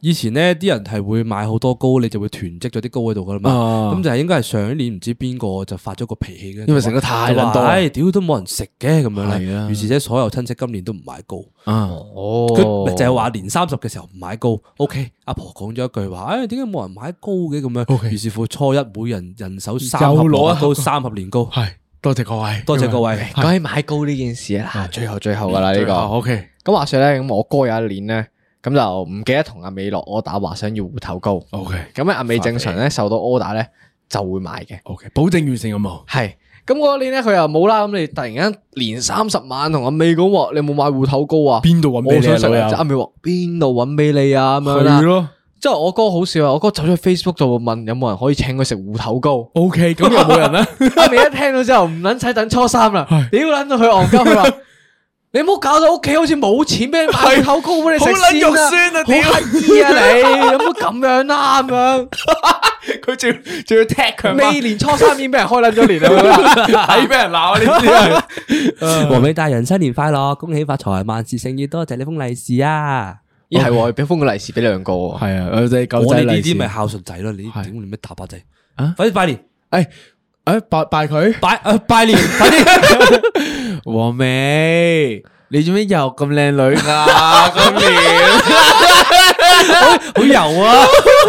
B: 以前咧，啲人係會買好多糕，你就會囤積咗啲糕喺度噶啦嘛。
C: 啊
B: 咁就係應該係上一年唔知邊個就發咗個脾氣嘅，
C: 因為食得太撚多
B: 就話唉，屌都冇人食嘅咁樣啦。
C: 係啊
B: 於是者所有親戚今年都唔買糕，
C: 啊，
A: 哦
B: 佢咪就係話年三十嘅時候唔買糕。OK，阿婆講咗一句話，唉，點解冇人買糕嘅咁樣？於是乎初一每人人手三盒
C: 又
B: 蘿蔔
C: 攞一盒
B: 糕，三盒 年糕。
C: 係多謝各位，
B: 多謝各位，
A: 講起買糕呢件事啊，最後最後噶啦呢個。
C: O K，
A: 咁話說咧，咁我哥有一年咧，咁就唔記得同阿美落 order 話想要芋頭糕。
C: OK
A: 咁咧阿美正常咧受到 order 咧就會買嘅。
C: OK，保證完成任務。
A: 係咁嗰年咧佢又冇啦，咁你突然間年三十晚同阿美講話，你有冇買芋頭糕啊？
C: 邊度搵俾
A: 我
C: 你啊
A: 想食啊
C: 老友
A: 就阿美話邊度搵俾你啊咁樣
C: 係
A: 啦。
C: 咯。
A: 之後我哥好笑啊，我哥走咗去 Facebook 度問有冇人可以請佢食芋頭 糕。
C: O K，咁又冇 人啦。
A: 阿美一聽到之後唔撚使等初三啦，屌撚到佢戇鳩，佢話。 你唔好搞到屋企好似冇錢俾你買芋頭糕俾你食先啦，
C: 好撚肉酸啊屌
A: 好乞衣啊你，有冇咁樣啦咁樣？
C: 佢仲要仲要踢佢
A: 未年初三已經俾人開撚咗 年啊啦，
C: 睇俾人鬧啊！呢
B: 黃美大人新年快樂，恭喜發財，萬事勝意，多謝你封利是啊！
A: 咦係喎，俾封個利是俾兩個喎
C: 啲。係啊，
A: 呃
C: 我哋狗
B: 我
C: 仔
B: 哋呢
C: 利
B: 啲
C: 是
B: 咪孝順仔咯，你呢啲屌你咩打靶仔
C: 啊
B: 快啲拜年！
C: 誒誒拜拜佢
B: 拜啊拜年，快啲！
C: 黃美，你 做咩又咁靚女啊？今年
B: 好油啊！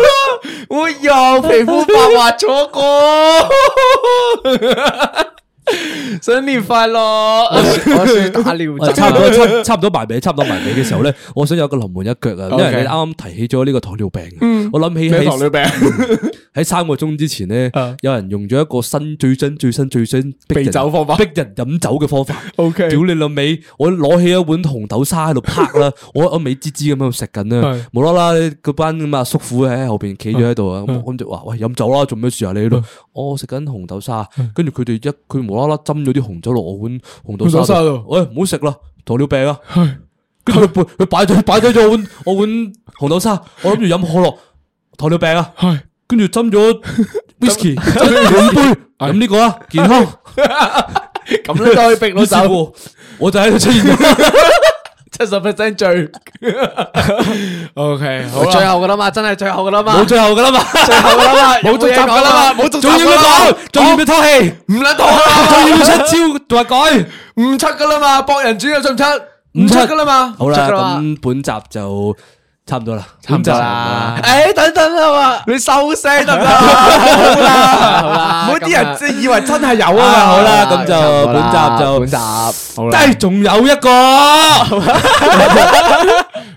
C: 我又皮膚白滑咗個。新年快乐！我
A: 算打尿
B: 我差唔多差差唔多埋尾，差唔多埋尾嘅時候 咧，我想有個臨門一腳啊，因
C: OK
B: 為你啱啱提起咗呢個糖尿病，啊
C: 嗯
B: 我諗起
C: 咩糖
B: 喺
C: 尿 病啊
B: 喺三個鐘之前咧，有人用咗一個新最新最新最新
C: 避酒
B: 方法，逼人飲酒嘅方法。
C: OK
B: 屌你老味，我攞起一碗紅豆沙喺度拍啦， 我我美滋滋咁喺度食緊啦
C: 係，
B: 無啦啦嗰班咁啊叔父喺後邊企咗喺度啊，
C: 嗯
B: 咁就話喂飲酒啦，做咩事啊你喺度？我食緊紅豆沙，跟住佢哋一佢無啦啦斟咗啲紅酒落我碗紅豆
C: 紅豆沙
B: 沙
C: 度
B: 度，喂唔好食啦，糖尿病啊！跟住佢背佢擺咗擺低咗我碗我碗紅豆沙，我諗住飲可樂，糖尿病啊！跟住斟咗 whisky，斟咗兩杯，飲呢個啊，健康。
C: 咁你都可以逼到走
B: 於是乎，我就喺度出現咗。
C: 七十 percent 醉。OK，好啦
A: 最後噶啦嘛，真係最後噶啦嘛，
B: 冇最後噶啦嘛，
A: 最後噶啦嘛，
C: 冇續集
A: 嘢講
C: 噶啦嘛冇續集
A: 仲要
C: 噶
A: 唔
C: 啦嘛
A: 講，仲要唔要
B: 拖戲？
A: 唔捻拖啦，
B: 仲要唔要出招同埋改？
A: 唔出噶啦嘛，博人主又出唔出？唔出噶啦嘛，
B: 好
A: 唔出
B: 啦，
A: 㗎嘛
B: 咁本集就差唔多啦，
C: 差唔多啦
B: 本集就咁。
A: 诶，等等啊嘛，
C: 你收声 得唔得？
A: 好啦，好啦，
C: 唔好啲人
A: 咁啊
C: 即係以為真係有啊
B: 啊，
C: 嘛。
B: 好啦，咁就本集就
A: 本集
C: 好啦，
B: 但係仲有一個，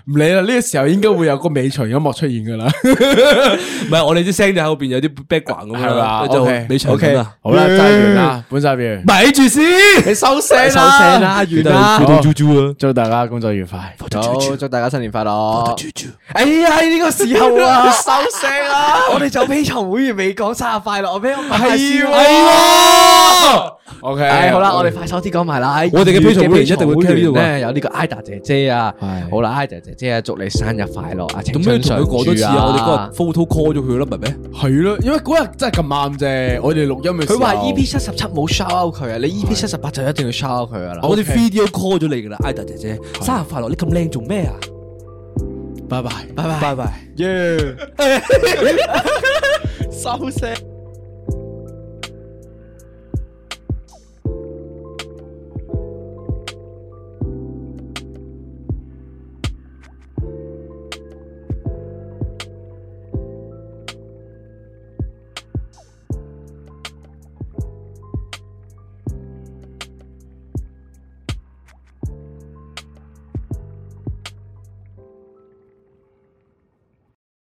C: 唔理啦。呢個時候應該會有個尾隨音樂出現噶啦。
B: 唔係我哋啲聲就喺後邊有啲 background 咁樣
C: 係
B: 啦
C: 嘛，
B: 就
C: OK，Ừ.
B: 尾場咁啦。
C: 好啦，齋完啦，本集完。
B: 咪住先，
C: 你收聲啦，
A: 收聲啦完啦
C: 好
B: 啾啾啊！
C: 祝大家工作愉快。
A: 好，祝大家新年快樂。
B: 啾啾。
A: 哎呀，呢個時候啊，收聲啦！我哋就 P 場會員未講生日快樂，我俾我係
C: 係
A: 喎。
C: OK，
A: 唉，哎好啦，我哋快手啲講埋啦。
B: 我哋嘅 Patreon 會員一定會 carry 到㗎
A: 咧，有呢個 Ida 姐姐啊
C: 係。
A: 好啦，Ida 姐姐啊，祝你生日快樂啊！
B: 做
A: 青
B: 咩
A: 春
B: 同佢
A: 常
B: 講多
A: 駐
B: 次啊？我哋嗰
A: 啊
B: 日！photo call 咗佢啦，咪咩？
C: 係咯，因為嗰日真係咁啱啫。我哋錄音嘅時
A: 佢
C: 候，
A: 話 EP 七十七冇 shout out 佢啊，你 EP 七十八就一定要 shout out 佢啊噶啦。
B: 我哋 video call 咗你噶啦，Ida 姐姐，生日快樂！你咁靚做咩啊？
C: 拜拜。
A: 拜拜。
B: 拜拜。
C: Yeah。
A: 收聲。